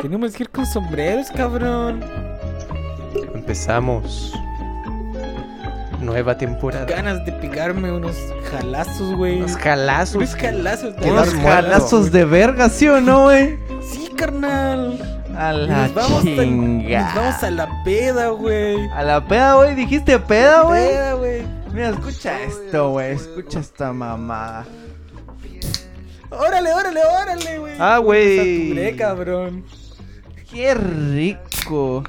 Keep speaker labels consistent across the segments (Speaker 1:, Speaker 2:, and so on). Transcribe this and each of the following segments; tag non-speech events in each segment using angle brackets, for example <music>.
Speaker 1: Tenemos que ir con sombreros, cabrón.
Speaker 2: Empezamos. Nueva temporada.
Speaker 1: Ganas de pegarme unos jalazos, güey.
Speaker 2: Unos jalazos.
Speaker 1: Unos jalazos.
Speaker 2: Quedar
Speaker 3: Unos
Speaker 2: muerto.
Speaker 3: jalazos de verga, ¿sí o no, güey?
Speaker 1: Sí, carnal.
Speaker 3: A la
Speaker 1: nos, vamos a,
Speaker 3: chinga.
Speaker 1: nos vamos a la peda, güey.
Speaker 3: A la peda, güey. ¿Dijiste peda, güey?
Speaker 1: Peda, güey.
Speaker 3: Mira, escucha esto, güey. Escucha esta mamada.
Speaker 1: Órale, órale, órale, güey.
Speaker 3: Ah, güey.
Speaker 1: Me saturé, cabrón. <laughs>
Speaker 3: Qué rico.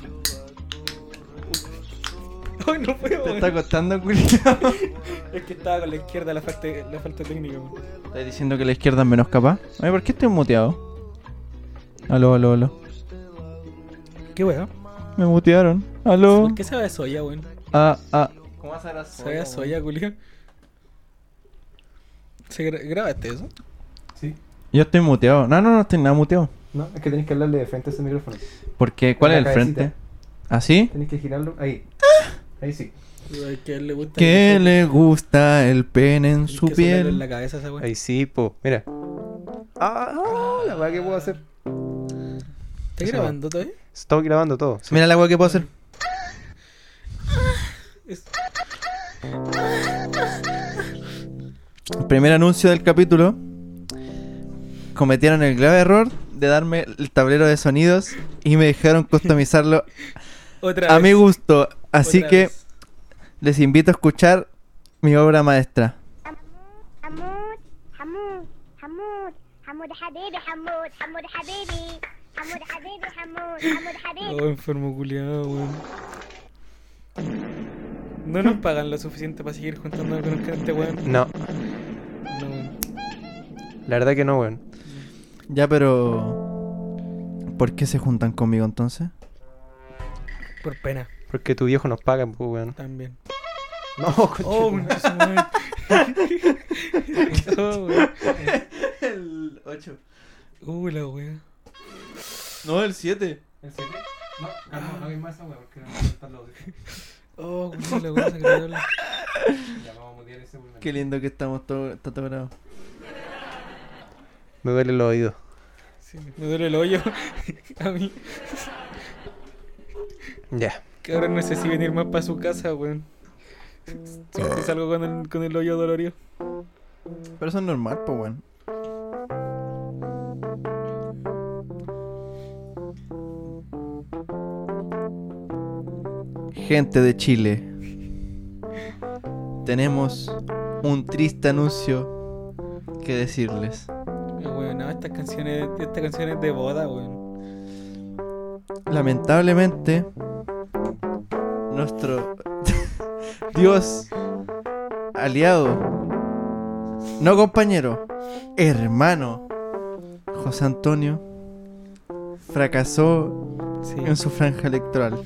Speaker 1: Ay, no puedo.
Speaker 3: Te
Speaker 1: güey.
Speaker 3: está costando, culiao.
Speaker 1: Es que estaba con la izquierda la falta, la falta técnica, güey.
Speaker 3: ¿Estás diciendo que la izquierda es menos capaz? Oye, ¿por qué estoy muteado? Aló, aló, aló.
Speaker 1: Qué weón.
Speaker 3: Me mutearon. Aló.
Speaker 1: ¿Por qué sabe a soya, güey?
Speaker 3: Ah, ah. ¿Cómo vas a la
Speaker 1: Sabe a soya, Julio. ¿Se gra- grabaste eso?
Speaker 4: Sí.
Speaker 3: Yo estoy muteado. No, no, no estoy nada muteado.
Speaker 4: No, es que tenés que hablarle de frente a ese micrófono.
Speaker 3: ¿Por qué? ¿Cuál
Speaker 4: La
Speaker 3: es el
Speaker 4: cabecita.
Speaker 3: frente? ¿Ah, ¿Así?
Speaker 4: Tenés que girarlo. Ahí. Ahí sí.
Speaker 1: Ay, que a él le gusta.
Speaker 3: Que
Speaker 1: el-
Speaker 3: le gusta el pene en
Speaker 1: el
Speaker 3: su
Speaker 1: que sale
Speaker 3: piel.
Speaker 1: En la cabeza esa weón.
Speaker 2: Ahí sí, po. Mira.
Speaker 4: Ah, la verdad que puedo hacer.
Speaker 1: ¿Estás
Speaker 2: Eso.
Speaker 1: grabando todavía?
Speaker 2: Estoy grabando todo.
Speaker 3: Mira el agua que puedo hacer.
Speaker 1: Es-
Speaker 3: Primer anuncio del capítulo. Cometieron el grave error de darme el tablero de sonidos y
Speaker 1: <laughs>
Speaker 3: me dejaron customizarlo
Speaker 1: Otra
Speaker 3: a
Speaker 1: vez.
Speaker 3: mi gusto. Así
Speaker 1: otra
Speaker 3: que
Speaker 1: vez.
Speaker 3: les invito a escuchar mi obra maestra.
Speaker 5: حمود حمود حمود حمود حبيبي حمود حمود حبيبي حمود حبيبي حمود حمود حبيبي
Speaker 1: Oh, enfermo culiado, weón. No nos pagan lo suficiente para seguir juntándonos con gente, weón.
Speaker 2: No,
Speaker 1: No, weón.
Speaker 2: la verdad que no, weón.
Speaker 3: Ya, pero... ¿Por qué se juntan conmigo entonces?
Speaker 1: Por pena,
Speaker 2: Porque tu viejo nos paga, po, weón.
Speaker 1: también.
Speaker 2: No, conche-
Speaker 1: Oh, no, se
Speaker 3: <laughs>
Speaker 1: mueve. Oh, weón.
Speaker 3: El 8.
Speaker 1: Uh, la weón.
Speaker 3: No, el 7.
Speaker 4: ¿En serio? No, ah, no, no hay más agua porque no me faltan los. <laughs>
Speaker 1: Oh, culiao, la weón desagradable.
Speaker 4: Ya vamos a mutear ese volumen.
Speaker 3: Qué lindo que estamos todo, está todo grabado.
Speaker 2: me duele el oído.
Speaker 1: Sí, me duele el hoyo. <laughs> A mí.
Speaker 2: Ya.
Speaker 1: Que ahora no sé si venir más para su casa, weón. Siempre salgo con el, con el hoyo dolorido.
Speaker 3: Pero eso es normal, pues, weón. Gente de Chile, tenemos un triste anuncio que decirles.
Speaker 1: Eh, Weón, no, estas canciones, estas canciones de boda, weón.
Speaker 3: Lamentablemente, nuestro <laughs> Dios aliado, no compañero, hermano, José Antonio, fracasó
Speaker 1: Sí.
Speaker 3: en su franja electoral.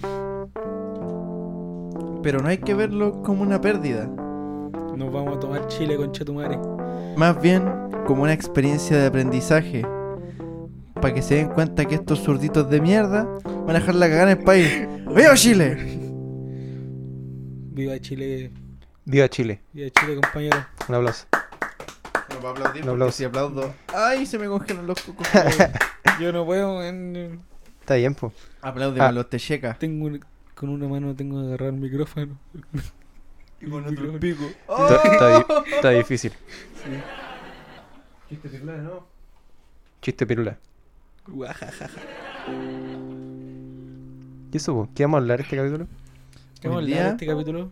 Speaker 3: Pero no hay que verlo como una pérdida,
Speaker 1: Nos vamos a tomar chile con chetumare.
Speaker 3: más bien como una experiencia de aprendizaje. Para que se den cuenta que estos zurditos de mierda van a dejar la cagada en el país. ¡Viva Chile!
Speaker 1: Viva Chile,
Speaker 2: Viva Chile.
Speaker 1: viva Chile, compañero.
Speaker 2: Un aplauso.
Speaker 3: No va a aplaudir
Speaker 2: No
Speaker 3: porque
Speaker 2: aplauso.
Speaker 3: si aplaudo. Ay, se me congelan los cocos.
Speaker 1: Yo no puedo, weón.
Speaker 2: Está bien, po.
Speaker 3: <laughs> Aplaude
Speaker 2: Ah.
Speaker 3: los techecas.
Speaker 1: Tengo un- con una mano tengo que agarrar el micrófono.
Speaker 3: Y con
Speaker 1: otro el
Speaker 3: pico.
Speaker 2: Está, está di- está difícil.
Speaker 4: Chiste titular, ¿no?
Speaker 2: Chiste pirula.
Speaker 1: Guajajaja.
Speaker 2: ¿Y eso, po? ¿Qué vamos a hablar este capítulo?
Speaker 1: ¿Qué vamos a
Speaker 3: Hoy
Speaker 1: hablar
Speaker 3: día-
Speaker 1: de este capítulo?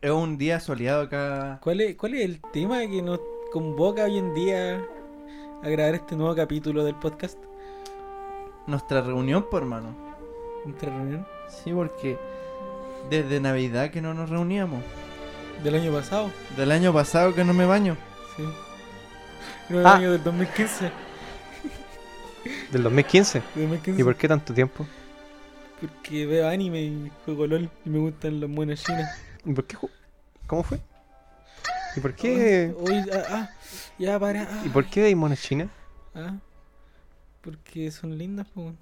Speaker 3: Es un día soleado acá.
Speaker 1: ¿Cuál es, ¿Cuál es el tema que nos convoca hoy en día a grabar este nuevo capítulo del podcast?
Speaker 3: Nuestra reunión, por hermano.
Speaker 1: Entre reunión
Speaker 3: Sí, porque desde Navidad que no nos reuníamos.
Speaker 1: del año pasado.
Speaker 3: Del año pasado que no me baño.
Speaker 1: Sí. Era el
Speaker 2: Ah.
Speaker 1: año del 2015.
Speaker 2: Del 2015.
Speaker 1: del 2015.
Speaker 2: ¿Y por qué tanto tiempo?
Speaker 1: Porque veo anime y juego LOL y me gustan los monos chinas.
Speaker 2: ¿Y por qué? ju- ¿Cómo fue? ¿Y por qué?
Speaker 1: Uy, ah, ah, ya para. ah,
Speaker 2: ¿Y por qué hay monas chinas?
Speaker 1: ah. Porque son lindas, pues.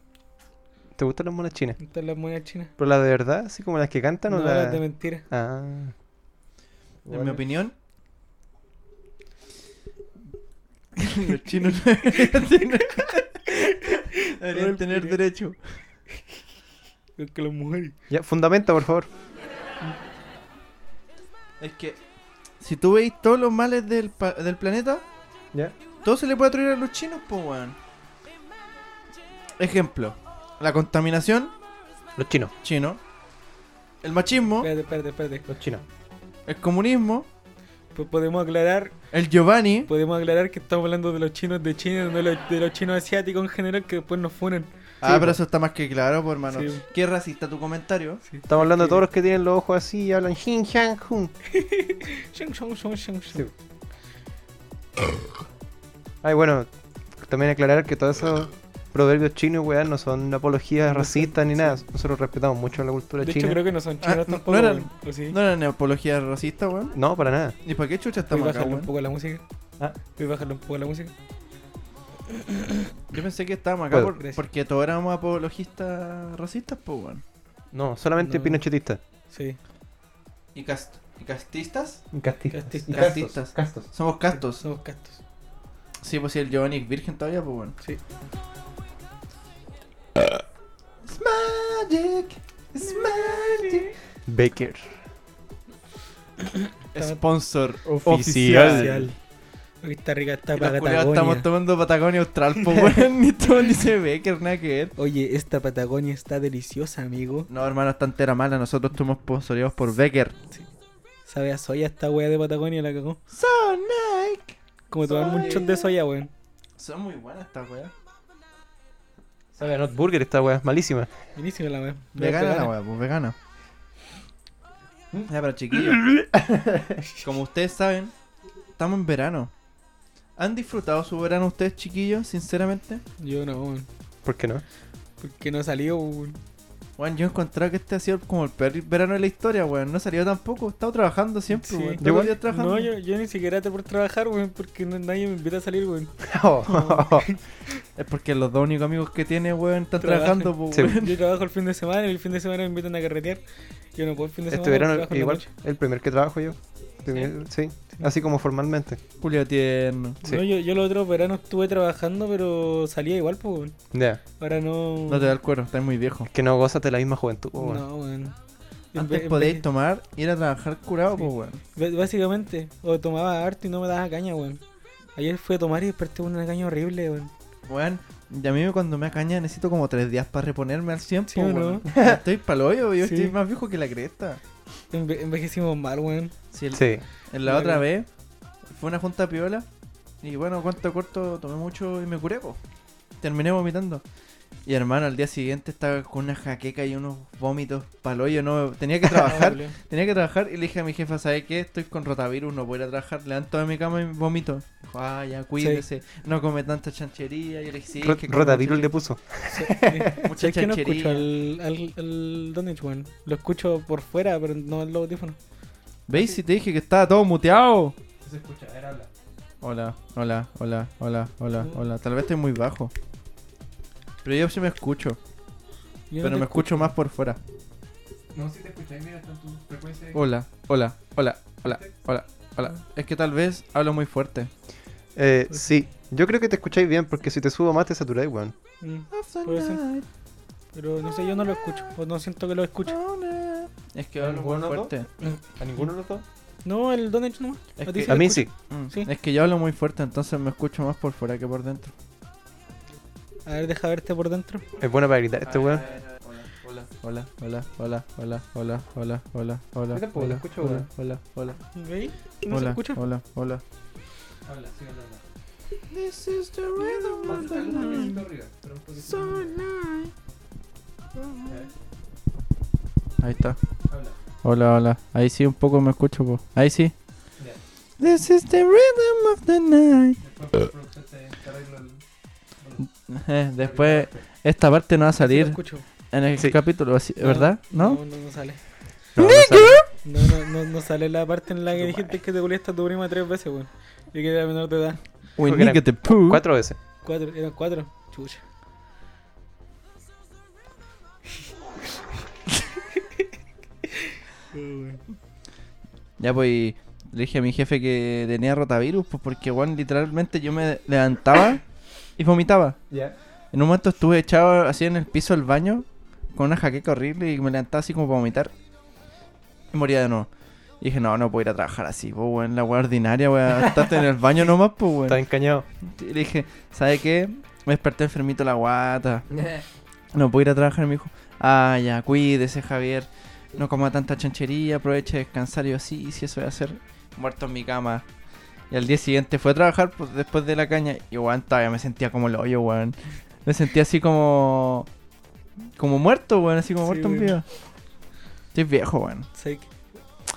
Speaker 2: ¿Te gustan las monas chinas?
Speaker 1: Están las monas chinas.
Speaker 2: ¿Pero las de verdad? ¿Así como las que cantan
Speaker 1: No,
Speaker 2: o las...?
Speaker 1: las de mentira.
Speaker 2: Ah,
Speaker 3: En mi
Speaker 4: Igual.
Speaker 3: <laughs> opinión. <laughs> los chinos no Deberían tener derecho.
Speaker 1: que las mujeres.
Speaker 2: Ya, fundamenta, por favor.
Speaker 3: Es que si tú veis todos los males del, pa- del planeta,
Speaker 2: Ya.
Speaker 3: todo se le puede atribuir a los chinos, po, weón. Ejemplo: la contaminación,
Speaker 2: Los chinos,
Speaker 3: chino. El machismo,
Speaker 1: Espérate, espérate, espérate.
Speaker 2: los chinos.
Speaker 3: el comunismo,
Speaker 1: Pues podemos aclarar,
Speaker 3: el Giovanni.
Speaker 1: podemos aclarar que estamos hablando de los chinos de China, no de los, de los chinos asiáticos en general que después nos funan.
Speaker 3: Ah,
Speaker 2: Sí,
Speaker 3: pero
Speaker 2: po.
Speaker 3: eso está más que claro, po, hermano.
Speaker 1: Sí.
Speaker 3: Qué racista tu comentario.
Speaker 2: Estamos hablando de todos los que tienen los ojos así y hablan Jin Jiang Hun.
Speaker 1: Shung, shung, shung, shung, shung.
Speaker 2: Ay, bueno, también aclarar que todos esos proverbios chinos, weón, no son apologías racistas ni nada. Nosotros respetamos mucho la cultura
Speaker 1: De hecho,
Speaker 2: china.
Speaker 1: creo que no son
Speaker 3: Ah,
Speaker 1: chinos
Speaker 3: no- no
Speaker 1: tampoco.
Speaker 3: eran-
Speaker 1: weón. ¿O sí?
Speaker 3: No era una apología racista, weón.
Speaker 2: No, para nada.
Speaker 3: ¿Y para qué
Speaker 1: Voy a
Speaker 3: chucha estamos acá,
Speaker 1: bajarle un
Speaker 3: weón?
Speaker 1: poco la música.
Speaker 2: Ah.
Speaker 1: Voy a bajarle un poco la música.
Speaker 3: Yo pensé que estábamos acá
Speaker 2: Bueno,
Speaker 3: por-
Speaker 1: gracias.
Speaker 3: porque todos éramos apologistas racistas, po, weón.
Speaker 2: No, solamente
Speaker 1: No.
Speaker 2: pinochetistas.
Speaker 1: Sí.
Speaker 3: ¿Y, cast ¿Y castistas?
Speaker 2: Castistas.
Speaker 1: Castistas.
Speaker 3: Castistas.
Speaker 2: Castos.
Speaker 3: Somos castos.
Speaker 1: Somos castos.
Speaker 3: Sí, pues si el Giovanni es virgen todavía, pues bueno.
Speaker 1: Sí.
Speaker 3: It's magic, it's magic.
Speaker 2: Baker.
Speaker 3: Sponsor
Speaker 2: Oficial.
Speaker 1: Aquí está rica esta
Speaker 3: Y los culiados Estamos
Speaker 1: Patagonia.
Speaker 3: tomando Patagonia Austral, pues bueno. Ni todo ni se ve, que nada que ver.
Speaker 1: Oye, esta Patagonia está deliciosa, amigo.
Speaker 3: No, hermano, está entera mala. Nosotros estuvimos sponsoreados por Becker.
Speaker 1: Sabe a soya esta wea de Patagonia, la cagó.
Speaker 3: So Nike.
Speaker 1: Como tomarme un shot de soya, weón.
Speaker 3: Son muy buenas estas weas.
Speaker 2: Sabe a Not Burger esta weá, malísima.
Speaker 1: Buenísima la wea.
Speaker 3: Vegana la wea, pues vegana. Ya, pero chiquillos. Como ustedes saben, estamos en verano. ¿Han disfrutado su verano ustedes, chiquillos? Sinceramente.
Speaker 1: Yo no, weón.
Speaker 2: ¿Por qué no?
Speaker 1: Porque no salió, weón.
Speaker 3: Weón, yo he encontrado que este ha sido como el peor verano de la historia, weón. No salió tampoco, he estado trabajando siempre,
Speaker 1: Sí.
Speaker 3: weón.
Speaker 1: Yo
Speaker 3: Todos los
Speaker 2: igual-
Speaker 3: días trabajando.
Speaker 1: No, yo, yo ni siquiera te por trabajar, weón, porque no- nadie me invita a salir,
Speaker 2: <laughs>
Speaker 1: weón.
Speaker 3: Oh. Es porque los dos únicos amigos que tiene, weón, están
Speaker 1: Trabajan.
Speaker 3: trabajando, po,
Speaker 2: Sí.
Speaker 3: weón.
Speaker 1: Yo trabajo el fin de semana y el fin de semana me invitan a carretear. Yo no puedo el fin de
Speaker 2: este
Speaker 1: semana.
Speaker 2: verano
Speaker 1: trabajo en la
Speaker 2: igual,
Speaker 1: noche.
Speaker 2: el primer que trabajo yo. Primer- ¿Sí? así como formalmente.
Speaker 3: Julio tierno.
Speaker 2: Sí.
Speaker 1: No, yo, yo los otros veranos estuve trabajando, pero salía igual, pues, weón.
Speaker 2: Ya,
Speaker 1: Ahora no.
Speaker 3: No te da el cuero, estás muy viejo.
Speaker 2: es que no gozas de la misma juventud. po, weón.
Speaker 1: No, weón.
Speaker 3: Antes
Speaker 1: Empe-
Speaker 3: podéis
Speaker 1: empe-
Speaker 3: tomar, ir a trabajar curado,
Speaker 1: Sí.
Speaker 3: pues weón.
Speaker 1: B- Básicamente, o tomaba harto y no me daba caña, weón. Ayer fui a tomar y desperté con una caña horrible, weón.
Speaker 3: Weón, y a mí cuando me caña necesito como tres días para reponerme al 100,
Speaker 1: ¿Sí
Speaker 3: po,
Speaker 1: o no?
Speaker 3: weón. <laughs> Estoy pa'l hoyo, yo
Speaker 1: Sí.
Speaker 3: estoy más viejo que la cresta.
Speaker 1: Enve- envejecimos mal, weón.
Speaker 3: Sí, el-
Speaker 2: Sí.
Speaker 3: En la
Speaker 1: Claro.
Speaker 3: otra vez fue una junta piola y bueno, cuánto corto, tomé mucho y me curé, po. Terminé vomitando. Y hermano, al día siguiente estaba con una jaqueca y unos vómitos paloyo, no tenía <laughs> que trabajar,
Speaker 1: Horrible.
Speaker 3: tenía que trabajar y le dije a mi jefa, ¿sabes qué? Estoy con rotavirus, no voy a ir a trabajar, levanto de mi cama y vomito. Dijo, ah, ya cuídese, no come tanta chanchería, yo le dije, sí, es
Speaker 2: Ro-
Speaker 3: que como
Speaker 2: Rotavirus le
Speaker 3: mucha-
Speaker 2: puso.
Speaker 3: mucha
Speaker 1: ¿Sabes que no escucho
Speaker 3: chanchería.
Speaker 1: al, al, al Donich, weón? Lo escucho por fuera, pero no en los audífonos. Ah,
Speaker 3: ¿Veis si te dije que estaba todo muteado?
Speaker 4: Se escucha, a ver, habla.
Speaker 3: Hola, hola, hola, hola, hola,
Speaker 1: Mm.
Speaker 3: hola. Tal vez estoy muy bajo. Pero yo sí me escucho.
Speaker 1: Yo
Speaker 3: pero
Speaker 1: no
Speaker 3: me
Speaker 1: te
Speaker 3: escucho más por fuera.
Speaker 4: No, si te escucháis, mira, está tu frecuencia. ahí.
Speaker 3: Hola, hola, hola, hola, hola, hola. Es que tal vez hablo muy fuerte.
Speaker 2: Eh, sí. Yo creo que te escucháis bien porque si te subo más te saturáis, weón.
Speaker 1: Mm, Puede ser. Pero no sé, yo no lo escucho. O no siento que lo escucho.
Speaker 3: Es que hablo muy
Speaker 2: ¿Alguno no?
Speaker 3: fuerte.
Speaker 2: ¿A ninguno de los dos?
Speaker 1: No, el Donich nomás.
Speaker 3: Es
Speaker 1: ¿A ti
Speaker 3: que-
Speaker 1: sí
Speaker 2: A
Speaker 1: lo
Speaker 2: mí
Speaker 1: escuchas?
Speaker 2: sí.
Speaker 3: Mm,
Speaker 1: Sí.
Speaker 3: Es que yo hablo muy fuerte, entonces me escucho más por fuera que por dentro.
Speaker 1: A ver, deja verte por dentro.
Speaker 2: Es buena para gritar este weón.
Speaker 3: Ah, Hola, hola, hola, hola, hola, hola, hola, hola, hola.
Speaker 2: Yo tampoco lo
Speaker 3: hola,
Speaker 2: escucho,
Speaker 3: hola,
Speaker 2: weón.
Speaker 3: hola, hola,
Speaker 1: ¿Veis? No se
Speaker 3: hola,
Speaker 1: escucha.
Speaker 3: hola, hola.
Speaker 4: Habla, sí, habla, habla.
Speaker 3: This is the rhythm
Speaker 4: Vas a estar un poquito arriba, pero un poquito arriba.
Speaker 3: Ahí está.
Speaker 4: Habla.
Speaker 3: Hola, hola. Ahí sí un poco me escucho, po. Ahí sí.
Speaker 4: Ya.
Speaker 3: This is the rhythm of the night.
Speaker 4: Después el productor te te arregla el-
Speaker 3: <laughs> Eh, después esta parte no va a
Speaker 1: Sí lo
Speaker 3: salir
Speaker 1: escucho.
Speaker 3: en el
Speaker 2: Sí.
Speaker 3: capítulo, así- ¿verdad? ¿No?
Speaker 1: No, no, no sale.
Speaker 2: No, no sale.
Speaker 1: No, no, no, no sale la parte en la que dijiste que te culiaste a tu prima tres veces, weón. Y que era menor de edad.
Speaker 3: We
Speaker 2: Creo que
Speaker 3: need
Speaker 2: eran
Speaker 3: to poo.
Speaker 2: Cuatro veces.
Speaker 1: Cuatro, eran cuatro. Chucha.
Speaker 3: Ya pues le dije a mi jefe que tenía rotavirus, pues porque weón, literalmente yo me levantaba y vomitaba.
Speaker 2: Ya.
Speaker 3: En un momento estuve echado así en el piso del baño con una jaqueca horrible y me levantaba así como para vomitar. Y moría de nuevo. Y dije, no, no puedo ir a trabajar así, pues, weón. La weá ordinaria, weón. Estarte en
Speaker 2: <laughs>
Speaker 3: el baño nomás, pues, weón.
Speaker 2: Está encañado.
Speaker 3: Y le dije, ¿sabe qué? Me desperté enfermito la guata. No puedo ir a trabajar, mi hijo. Ah, ya, cuídese, Javier. No coma tanta chanchería, aproveche de descansar. Y yo, sí, sí, eso voy a hacer. Muerto en mi cama. Y al día siguiente fue a trabajar pues, después de la caña. Y weón, todavía me sentía como el hoyo, weón. Me sentía así como. Como muerto, weón, así como
Speaker 1: Sí,
Speaker 3: muerto en
Speaker 1: weón.
Speaker 3: vida. Estoy viejo, weón.
Speaker 1: ¿Sabes qué?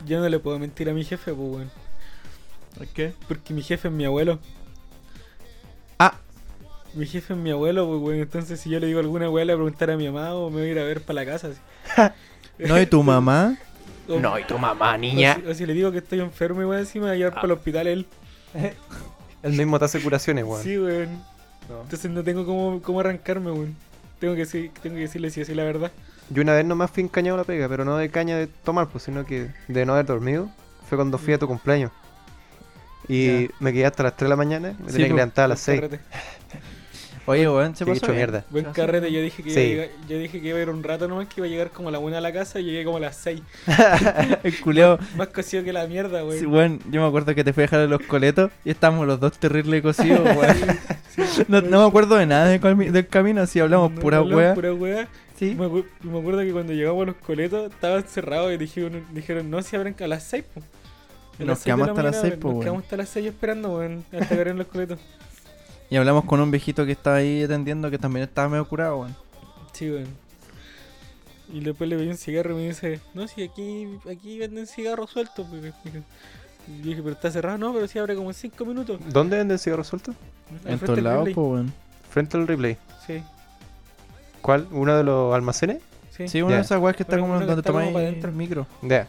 Speaker 1: Yo no le puedo mentir a mi jefe, pues, weón.
Speaker 3: ¿Por qué?
Speaker 1: Porque mi jefe es mi abuelo.
Speaker 3: Ah.
Speaker 1: Mi jefe es mi abuelo, pues, weón. Entonces, si yo le digo alguna weá, le voy a preguntar a mi mamá o me voy a ir a ver para la casa. así.
Speaker 3: No, y tu mamá.
Speaker 1: O-
Speaker 2: y tu
Speaker 6: Pues
Speaker 2: mamá,
Speaker 1: o si- O si, le digo que estoy enfermo y weón, encima me va a llevar para el hospital él.
Speaker 2: El mismo te hace curaciones, weón.
Speaker 1: Sí, weón. Entonces no tengo cómo, cómo arrancarme, weón. Tengo que, decir- tengo que decirle si es la verdad.
Speaker 2: Yo una vez nomás fui encañado a la pega, pero no de caña de tomar, pues, sino que de no haber dormido. Fue cuando fui a tu cumpleaños. Y me quedé hasta las 3 de la mañana, me tenía
Speaker 3: Sí, pues,
Speaker 2: que levantar a
Speaker 1: Buen
Speaker 2: las 6.
Speaker 1: carrete.
Speaker 3: Oye, weón, se
Speaker 2: Te he
Speaker 3: pasó.
Speaker 2: hecho
Speaker 3: bien.
Speaker 2: mierda.
Speaker 1: Buen carrete, yo dije que
Speaker 2: Sí.
Speaker 1: iba a llegar- yo dije que iba a ir un rato nomás, que iba a llegar como a la una a la casa y llegué como a las seis.
Speaker 3: <laughs> El culeo.
Speaker 1: Más cocido que la mierda, weón.
Speaker 3: Sí, weón, yo me acuerdo que te fui a dejar a los coletos y estábamos los dos terribles cocidos, weón. No, no me acuerdo de nada del, cami- del camino, así hablamos
Speaker 1: No,
Speaker 3: pura
Speaker 1: hablamos
Speaker 3: wea.
Speaker 1: Pura wea.
Speaker 3: Sí.
Speaker 1: Me, acu- me acuerdo que cuando llegamos a los coletos estaba cerrado y dijeron, dijeron no, si abren a las 6.
Speaker 3: Nos quedamos hasta las seis, po,
Speaker 1: Nos
Speaker 3: weón.
Speaker 1: quedamos hasta las 6 esperando, weón, hasta que abren los coletos.
Speaker 3: Y hablamos con un viejito que estaba ahí atendiendo que también estaba medio curado, weón.
Speaker 1: Sí, weón. Y después le pedí un cigarro y me dice, no, si aquí, aquí venden cigarros sueltos. pues, me dijo. Y yo dije, pero está cerrado, no, pero si abre como en 5 minutos.
Speaker 2: ¿Dónde venden cigarro suelto?
Speaker 1: Al
Speaker 3: En
Speaker 1: frente
Speaker 3: todos
Speaker 1: del
Speaker 3: lados,
Speaker 1: Ripley.
Speaker 3: pues, weón.
Speaker 2: Frente al replay.
Speaker 1: Sí,
Speaker 2: ¿Cuál? ¿Uno de los almacenes?
Speaker 1: sí.
Speaker 3: Sí, una
Speaker 2: Ya.
Speaker 3: de esas weas que está
Speaker 1: Bueno,
Speaker 3: como
Speaker 1: uno que
Speaker 3: donde
Speaker 1: está como
Speaker 3: tomáis
Speaker 1: para adentro.
Speaker 3: el micro.
Speaker 2: Ya.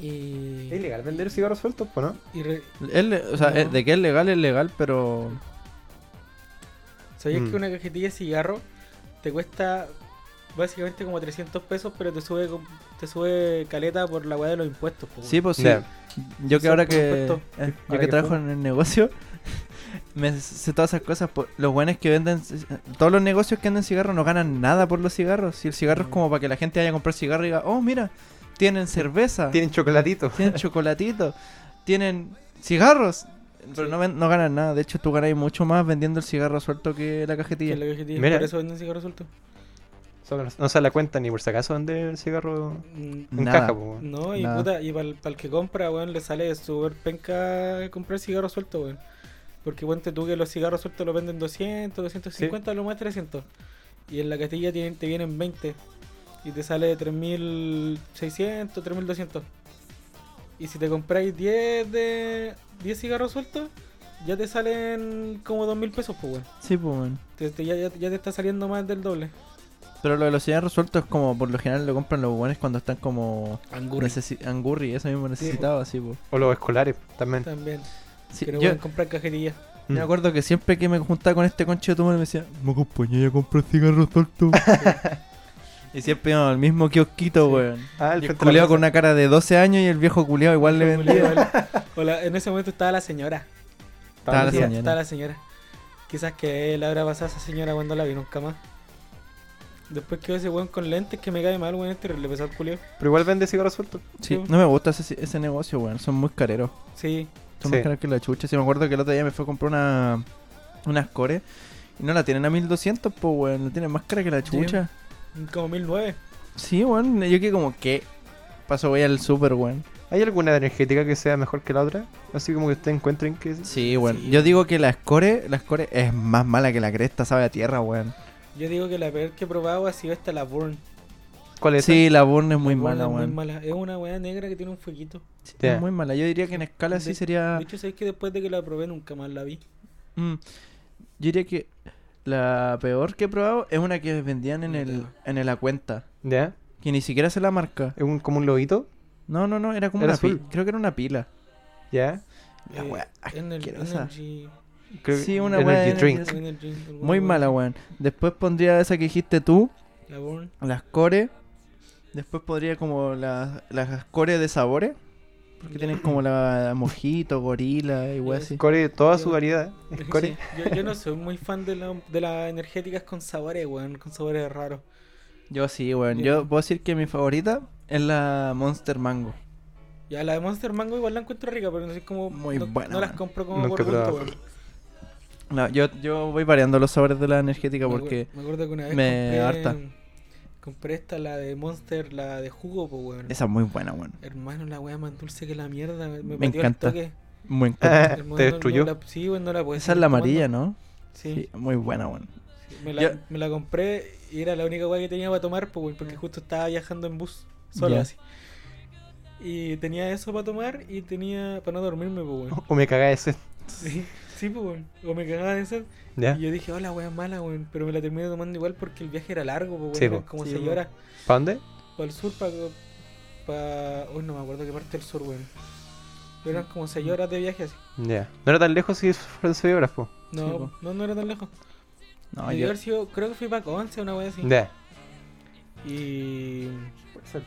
Speaker 1: Y,
Speaker 2: ¿Es ilegal vender cigarros sueltos, pues, no?
Speaker 1: y re-
Speaker 3: Él, o sea,
Speaker 1: No.
Speaker 3: eh, de que es legal, es legal, pero.
Speaker 1: ¿Sabías
Speaker 2: Mm.
Speaker 1: que una cajetilla de cigarro te cuesta básicamente como 300 pesos, pero te sube com- te sube caleta por la weá de los impuestos? po,
Speaker 3: Sí,
Speaker 1: weón?
Speaker 3: pues sí.
Speaker 2: Ya.
Speaker 3: Yo que
Speaker 1: Eso,
Speaker 3: ahora
Speaker 1: por
Speaker 3: que,
Speaker 1: supuesto.
Speaker 3: eh, yo
Speaker 2: Ahora
Speaker 3: que
Speaker 2: que
Speaker 3: trabajo
Speaker 2: fumo.
Speaker 3: en el negocio, <laughs> me sé todas esas cosas. po- Los buenos que venden, c- todos los negocios que venden cigarros no ganan nada por los cigarros. Si el cigarro es como para que la gente vaya a comprar cigarro y diga, oh, mira, tienen cerveza,
Speaker 2: Tienen
Speaker 3: tienen,
Speaker 2: chocolatito.
Speaker 1: <laughs>
Speaker 3: chocolatito, tienen cigarros. Pero no, ven- no ganan nada. De hecho, tú ganas mucho más vendiendo el cigarro suelto que la
Speaker 1: Que
Speaker 3: cajetilla.
Speaker 1: la cajetilla,
Speaker 2: Mira.
Speaker 1: por eso venden cigarro suelto.
Speaker 2: Solo no se la cuenta ni por si acaso vender el cigarro
Speaker 1: Mm,
Speaker 2: en
Speaker 3: Nada.
Speaker 2: caja, pues, weón.
Speaker 1: No, y
Speaker 3: Nada.
Speaker 1: puta, y para el, que compra, weón, le sale súper penca comprar cigarro suelto, weón. Porque ponte tú que los cigarros sueltos los venden 200, 250, lo más 300. Y en la cajetilla tienen- te vienen 20. Y te sale 3600, 3200. Y si te compráis 10 de 10 cigarros sueltos, ya te salen como 2000 pesos, pues, weón.
Speaker 3: Sí, pues, weón.
Speaker 1: Te- te- ya, ya- ya te está saliendo más del doble.
Speaker 3: Pero lo de los cigarros sueltos es como, por lo general, lo compran los buenos cuando están como.
Speaker 1: Angurri.
Speaker 3: necesi- Angurri, eso mismo
Speaker 1: Sí,
Speaker 3: necesitado, así, pues.
Speaker 2: O los escolares también.
Speaker 1: También.
Speaker 3: Sí,
Speaker 1: pero
Speaker 3: yo-
Speaker 1: pueden comprar cajetillas.
Speaker 3: Yo
Speaker 2: Mm.
Speaker 3: me acuerdo que siempre que me juntaba con este conche de tu madre me decía, me acompañé a comprar cigarros
Speaker 1: <laughs>
Speaker 3: sueltos. <laughs> y siempre íbamos al mismo kiosquito,
Speaker 1: Sí.
Speaker 3: weón.
Speaker 2: Ah,
Speaker 3: Y el
Speaker 2: frente a la
Speaker 3: culeado
Speaker 2: plaza.
Speaker 3: con una cara de 12 años y el viejo culeado igual le vendía.
Speaker 1: Hola, en ese momento estaba la señora.
Speaker 3: Estaba la
Speaker 1: Estaba-
Speaker 3: señora.
Speaker 1: estaba la señora. Quizás que él habrá pasado a esa señora cuando la vi nunca más. Después quedó ese weón con lentes que me cae mal, weón, este le pesó al culio.
Speaker 2: Pero igual vende cigarro suelto.
Speaker 3: Sí, no me gusta ese, ese negocio, weón. Son muy careros.
Speaker 1: Sí,
Speaker 3: Son
Speaker 2: Sí.
Speaker 3: más caros que la chucha. Sí, me acuerdo que el otro día me fue a comprar una, unas cores y no la tienen a 1200, pues, weón. La tienen más cara que la chucha.
Speaker 1: como 1009.
Speaker 3: Sí, weón. Yo que como, ¿qué? Paso voy al super, weón.
Speaker 2: ¿Hay alguna energética que sea mejor que la otra? Así como que ustedes encuentren que...
Speaker 3: Sí, weón.
Speaker 1: Sí,
Speaker 3: Yo digo que la score, la score es más mala que la cresta, sabe a tierra, weón.
Speaker 1: Yo digo que la peor que he probado ha sido esta la Burn.
Speaker 2: ¿Cuál es?
Speaker 3: Sí, la Burn es muy
Speaker 1: Burn
Speaker 3: mala,
Speaker 1: es muy
Speaker 3: weón.
Speaker 1: mala. Es una weá negra que tiene un fueguito.
Speaker 3: Sí,
Speaker 2: Ya.
Speaker 3: Es muy mala. Yo diría que en escala sí
Speaker 1: De-
Speaker 3: sería.
Speaker 1: De hecho, sabéis que después de que la probé nunca más la vi.
Speaker 3: Mm. yo diría que la peor que he probado es una que vendían en el, en el cuenta.
Speaker 2: ¿Ya?
Speaker 3: Que ni siquiera se la marca.
Speaker 2: ¿Es un, como un lobito?
Speaker 3: No, no, no, era como
Speaker 2: Era
Speaker 3: una pila.
Speaker 2: azul.
Speaker 3: Creo que era una pila.
Speaker 2: ¿Ya?
Speaker 3: La weá
Speaker 1: Eh, en el
Speaker 3: asquerosa.
Speaker 1: Energy,
Speaker 2: Creo
Speaker 3: Sí, una
Speaker 2: Energy
Speaker 3: buena
Speaker 2: Drink.
Speaker 3: energética.
Speaker 1: Energy, alguna
Speaker 3: Muy
Speaker 1: weá
Speaker 3: mala,
Speaker 1: así.
Speaker 3: weón. Después pondría esa que dijiste tú,
Speaker 1: La Burn.
Speaker 3: las core. Después podría como las, las core de sabores. Porque tienen como
Speaker 1: <coughs>
Speaker 3: la mojito, gorila y weá así.
Speaker 2: Core, toda
Speaker 1: Yo-
Speaker 2: su variedad.
Speaker 1: <laughs>
Speaker 2: Es core.
Speaker 1: Yo, yo no soy muy fan de, la- de las energéticas con sabores, weón, con sabores raros.
Speaker 3: Yo sí, weón. Yo puedo decir que mi favorita es la Monster Mango.
Speaker 1: Ya la de Monster Mango igual la encuentro rica, pero no sé cómo.
Speaker 3: Muy
Speaker 1: no,
Speaker 3: buena,
Speaker 1: no las
Speaker 3: weón.
Speaker 1: compro como
Speaker 2: Nunca
Speaker 1: por
Speaker 2: he
Speaker 1: gusto,
Speaker 2: probado.
Speaker 1: weón.
Speaker 3: No, yo, yo voy variando los sabores de la energética
Speaker 1: Me acuer-
Speaker 3: porque
Speaker 1: me acuerdo que una vez
Speaker 3: me
Speaker 1: compré,
Speaker 3: harta.
Speaker 1: compré esta, la de Monster, la de jugo, pues, weón.
Speaker 3: esa es muy buena, weón.
Speaker 1: Hermano, la weá más dulce que la mierda. Me,
Speaker 3: Me
Speaker 1: me pateó
Speaker 3: encanta.
Speaker 1: El
Speaker 3: <laughs>
Speaker 1: toque.
Speaker 3: Muy
Speaker 2: Te
Speaker 1: Hermano, no- no
Speaker 2: destruyó.
Speaker 1: la- sí, weón, no la puedes
Speaker 3: Esa es la amarilla, ¿no?
Speaker 1: Sí.
Speaker 3: Sí, muy buena, weón.
Speaker 1: sí. Me, la,
Speaker 3: Ya.
Speaker 1: me la compré y era la única weá que tenía para tomar, pues, weón,
Speaker 2: Mm.
Speaker 1: porque justo estaba viajando en bus, solo
Speaker 3: Ya.
Speaker 1: así. Y tenía eso para tomar y tenía para no dormirme, pues,
Speaker 2: <laughs>
Speaker 1: weón.
Speaker 2: O me caga ese.
Speaker 1: Sí, sí, pues, weón. O me cagaba de sed.
Speaker 2: ¿Ya?
Speaker 1: Y yo dije, hola, weón, mala, weón. Pero me la terminé tomando igual porque el viaje era largo, pues, weón.
Speaker 2: Sí,
Speaker 1: eran
Speaker 2: po.
Speaker 1: como
Speaker 3: Sí,
Speaker 1: 6
Speaker 3: po.
Speaker 1: horas.
Speaker 2: ¿Para dónde?
Speaker 1: Para el sur, para. Pa... Uy, no me acuerdo qué parte del sur, weón. Pero eran como
Speaker 2: Mm.
Speaker 1: 6 horas de viaje así.
Speaker 2: Ya. No era tan lejos si fueron 6 horas, po.
Speaker 1: No,
Speaker 3: Sí, po.
Speaker 1: no, no era tan lejos.
Speaker 2: Ah,
Speaker 3: No,
Speaker 1: Debió
Speaker 3: yo-
Speaker 1: haber sido- creo que fui para Conce, una weá así.
Speaker 2: Ya.
Speaker 1: Y. pues,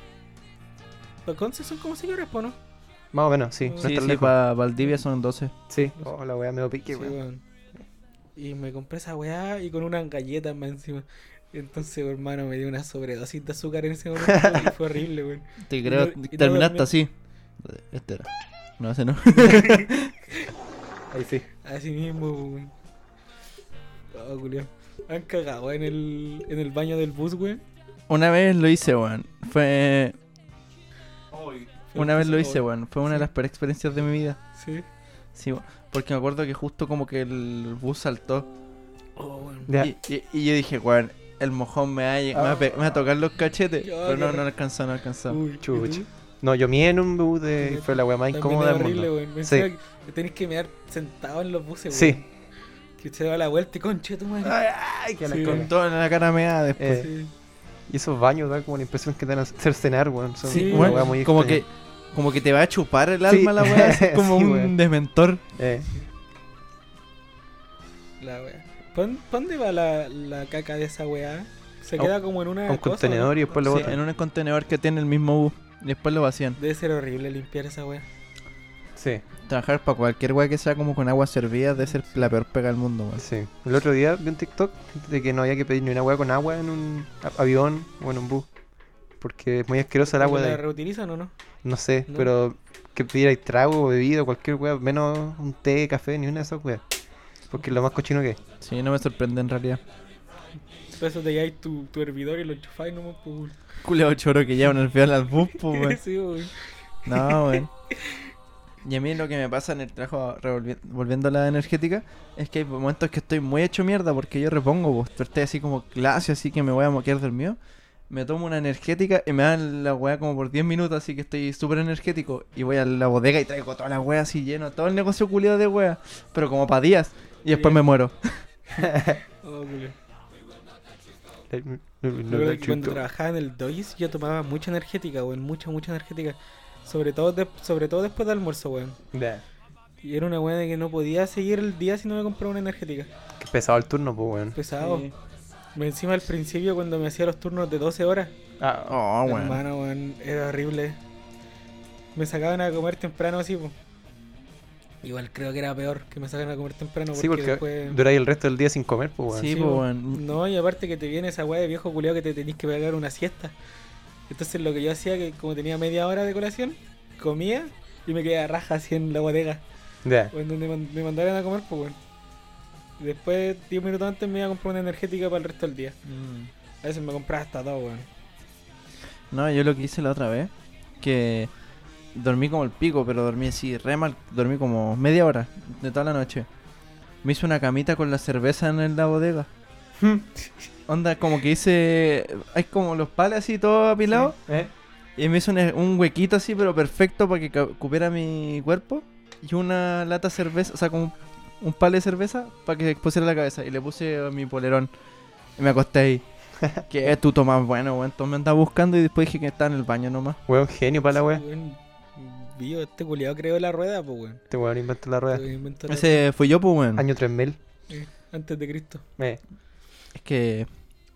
Speaker 1: Para Conce son como 6 horas, po, ¿no?
Speaker 2: Más o menos, sí. no
Speaker 1: Sí,
Speaker 2: es
Speaker 3: Sí,
Speaker 2: tan
Speaker 3: sí,
Speaker 2: lejos.
Speaker 3: para Valdivia son 12.
Speaker 2: Sí. Oh, la weá me lo pique,
Speaker 1: Sí,
Speaker 2: weón.
Speaker 1: weón. Y me compré esa weá y con unas galletas más encima. Entonces, hermano, me dio una sobredosis de azúcar en ese momento y fue horrible, weón.
Speaker 3: Te
Speaker 1: no-
Speaker 3: creo,
Speaker 1: y no
Speaker 3: terminaste
Speaker 1: dormí.
Speaker 3: así. Este era. No, ese no.
Speaker 2: Ahí sí.
Speaker 1: Así mismo, weón. Oh, culiao. Han cagado en el, en el baño del bus, weón.
Speaker 3: Una vez lo hice, weón. Fue.
Speaker 1: Fue
Speaker 3: Una vez lo
Speaker 1: cosa-
Speaker 3: hice, weón. Fue una de las peores experiencias de mi vida.
Speaker 1: Sí.
Speaker 3: Sí, weón. Porque me acuerdo que justo como que el bus saltó.
Speaker 1: Oh, weón.
Speaker 2: Ya.
Speaker 3: Y, y- y yo dije, weón, el mojón me va, a, lle- me va a pe- me va a tocar los cachetes.
Speaker 1: Ya,
Speaker 3: Pero no,
Speaker 1: qué
Speaker 3: no alcanzó, no alcanzó.
Speaker 1: Uy,
Speaker 2: Chucha.
Speaker 1: ¿y tú?
Speaker 2: No, yo mié en un bus de... Fue la weá más
Speaker 1: También
Speaker 2: incómoda
Speaker 1: es
Speaker 2: del
Speaker 1: horrible,
Speaker 2: mundo.
Speaker 1: weón. Me
Speaker 2: Sí.
Speaker 1: encima que Tenés que mear sentado en los buses, weón.
Speaker 2: Sí.
Speaker 1: Que se da la vuelta y conche tu madre.
Speaker 2: Ay, que
Speaker 1: Sí,
Speaker 2: la
Speaker 3: Con
Speaker 1: weón.
Speaker 2: con...
Speaker 3: todo en la cara meada después.
Speaker 2: Eh,
Speaker 1: Sí.
Speaker 2: Y esos baños dan como la impresión que te van a hacer cenar, weón. Son
Speaker 1: Sí,
Speaker 2: una
Speaker 1: weón.
Speaker 2: weá muy
Speaker 3: como que
Speaker 2: extraña.
Speaker 3: como que te va a chupar el
Speaker 2: Sí.
Speaker 3: alma la weá,
Speaker 2: <laughs>
Speaker 3: así como
Speaker 2: Sí,
Speaker 3: un
Speaker 2: weón.
Speaker 3: dementor.
Speaker 2: Eh,
Speaker 1: La weá. ¿Pa dónde- pa dónde va la, la caca de esa weá? Se
Speaker 2: A un-
Speaker 1: queda como en una.
Speaker 2: un
Speaker 1: cosa,
Speaker 2: contenedor y después lo
Speaker 3: Sí,
Speaker 2: botan.
Speaker 3: en un contenedor que tiene el mismo bus. Y después lo vacían.
Speaker 1: ¿no? Debe ser horrible limpiar esa weá.
Speaker 2: Sí,
Speaker 3: Trabajar para cualquier weá que sea como con agua servida debe ser la peor pega del mundo, weón.
Speaker 2: sí. El otro día vi un TikTok de que no había que pedir ni una weá con agua en un a- avión o en un bus. Porque es muy asquerosa el agua de
Speaker 1: ¿La
Speaker 2: ahí.
Speaker 1: reutilizan o no?
Speaker 2: No sé,
Speaker 1: No.
Speaker 2: pero que pidierais trago, bebida, cualquier weá, menos un té, café, ni una de esas weas. Porque es lo más cochino que es.
Speaker 3: Sí, no me sorprende en realidad.
Speaker 1: Por Pues eso te lleváis tu, tu hervidor y lo enchufáis nomás, pues. weón.
Speaker 3: Culeo choro que lleva un alfiler al bus,
Speaker 2: Oh,
Speaker 3: po, <laughs> weón.
Speaker 1: <laughs> Sí, weón.
Speaker 3: No, weón. Y a mí lo que me pasa en el trabajo, revolvi- volviendo a la energética, es que hay momentos que estoy muy hecho mierda porque yo repongo, pues, pero estoy así como clase, así que me voy a moquear dormido. Me tomo una energética y me dan la weá como por 10 minutos, así que estoy súper energético. Y voy a la bodega y traigo toda la weá así lleno, todo el negocio culiado de weá, pero como para días. Y después me muero.
Speaker 1: Oh, culiao.
Speaker 2: Eh, no- no- no-
Speaker 1: Yo
Speaker 2: no-
Speaker 1: creo que cuando
Speaker 2: chuto.
Speaker 1: trabajaba en el Dois yo tomaba mucha energética, weón, mucha, mucha energética. Sobre todo, de- sobre todo después del almuerzo, weón.
Speaker 2: Ya.
Speaker 1: Y era una weá de que no podía seguir el día si no me compraba una energética.
Speaker 2: Qué pesado el turno, pues weón.
Speaker 1: Pesado. Me encima al principio cuando me hacía los turnos de 12 horas.
Speaker 2: Ah,
Speaker 3: <laughs> Oh, weón.
Speaker 1: Hermano, weón, era horrible. Me sacaban a comer temprano así, po. Igual creo que era peor que me sacaran a comer temprano porque,
Speaker 2: sí, porque
Speaker 1: después...
Speaker 2: duráis el resto del día sin comer, pues weón.
Speaker 3: Sí,
Speaker 1: Sí,
Speaker 3: po,
Speaker 1: po.
Speaker 3: weón.
Speaker 1: No, y aparte que te viene esa weá de viejo culeado que te tenés que pegar una siesta. Entonces lo que yo hacía, que como tenía media hora de colación, comía y me quedaba raja así en la bodega,
Speaker 2: Ya.
Speaker 1: o en donde man- me mandaran a comer, pues bueno. Y después, 10 minutos antes, me iba a comprar una energética para el resto del día.
Speaker 3: Mm.
Speaker 1: A veces me compraba hasta dos, weón.
Speaker 3: No, yo lo que hice la otra vez, que dormí como el pico, pero dormí así, re mal, dormí como media hora de toda la noche. Me hice una camita con la cerveza en la bodega. Onda, como que hice. Hay como los pales así, todo apilado.
Speaker 2: ¿Eh?
Speaker 3: Y me hice un, un huequito así, pero perfecto para que ca- cupiera mi cuerpo. Y una lata de cerveza, o sea, como un pal de cerveza para que pusiera la cabeza. Y le puse mi polerón. Y me
Speaker 1: <laughs>
Speaker 3: acosté ahí. que es tu toma bueno, weón. Entonces me andaba buscando y después dije que estaba en el baño nomás.
Speaker 2: Weón, genio para la wea.
Speaker 1: Weón, Vio, este culiado creó la rueda, pues weón.
Speaker 2: Este weón inventó la rueda.
Speaker 1: Lo inventó la-
Speaker 3: Ese fui yo, pues, weón.
Speaker 2: Año 3000.
Speaker 1: Antes de Cristo.
Speaker 2: Eh.
Speaker 3: Es que,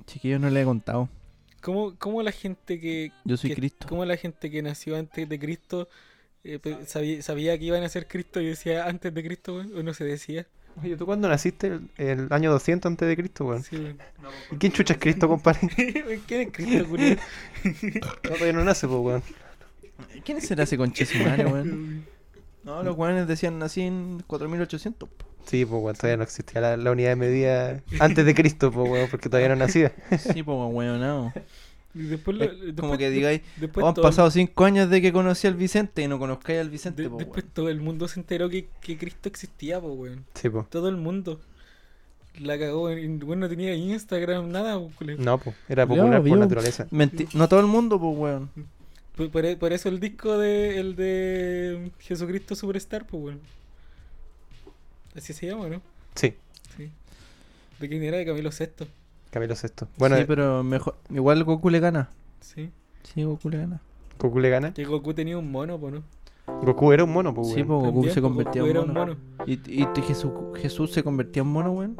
Speaker 3: chiquillos, no le he contado.
Speaker 1: ¿Cómo, cómo la gente que,
Speaker 3: Yo soy
Speaker 1: que-
Speaker 3: Cristo.
Speaker 1: ¿Cómo la gente que nació antes de Cristo eh, pe- sabía, sabía que iban a ser Cristo y decía antes de Cristo, weón. O no se decía.
Speaker 2: Oye, ¿tú cuándo naciste? El, el año 200 antes de Cristo,
Speaker 3: Ah.
Speaker 2: weón.
Speaker 1: Sí, weón. <laughs>
Speaker 4: No,
Speaker 2: ¿Y quién chucha es Cristo, compadre? <laughs>
Speaker 1: ¿Quién es Cristo, culiao?
Speaker 2: No, todavía no nace, pues, weón.
Speaker 3: ¿Quién será ese
Speaker 1: <laughs>
Speaker 3: conchesumario, weón? No, los weones decían nací en
Speaker 1: <laughs>
Speaker 3: 4800. po.
Speaker 2: Sí, pues, weón, todavía no existía la, la unidad de medida antes de Cristo, pues, weón, porque todavía no nacía.
Speaker 3: Sí, pues weonado.
Speaker 1: Y después, lo- después
Speaker 3: Como que digáis,
Speaker 1: después
Speaker 3: "Oh, han
Speaker 1: todo el-
Speaker 3: pasado 5 años de que conocí al Vicente y no conozcáis al Vicente,
Speaker 1: de-
Speaker 3: po,
Speaker 1: después
Speaker 3: weón.
Speaker 1: todo el mundo se enteró que, que Cristo existía, po, weón.
Speaker 2: Sí, pues.
Speaker 1: Todo el mundo. La cagó, weón. Y, weón, no tenía Instagram, nada, po, culiao.
Speaker 2: No, pues, era
Speaker 3: Culeado,
Speaker 2: popular por
Speaker 3: vivo.
Speaker 2: naturaleza.
Speaker 3: Menti- no todo el mundo, pues weón.
Speaker 1: Por, por e- por eso el disco de el de Jesucristo Superstar, pues bueno. Así se llama, ¿no?
Speaker 2: Sí,
Speaker 1: Sí. ¿De quién era? De Camilo VI.
Speaker 2: Camilo VI. Bueno,
Speaker 3: sí, pero mejor, igual Goku le gana.
Speaker 1: Sí.
Speaker 3: Sí, Goku le gana.
Speaker 2: Goku le gana.
Speaker 1: Que Goku tenía un mono, po, ¿no?
Speaker 2: Goku era un mono, pues,
Speaker 3: Sí,
Speaker 2: weón.
Speaker 3: pues Goku
Speaker 1: También,
Speaker 3: se
Speaker 1: po,
Speaker 3: convirtió
Speaker 1: Goku era
Speaker 3: en
Speaker 1: un
Speaker 3: mono. ¿Y, y te- Jesús, Jesús se convirtió en mono, weón?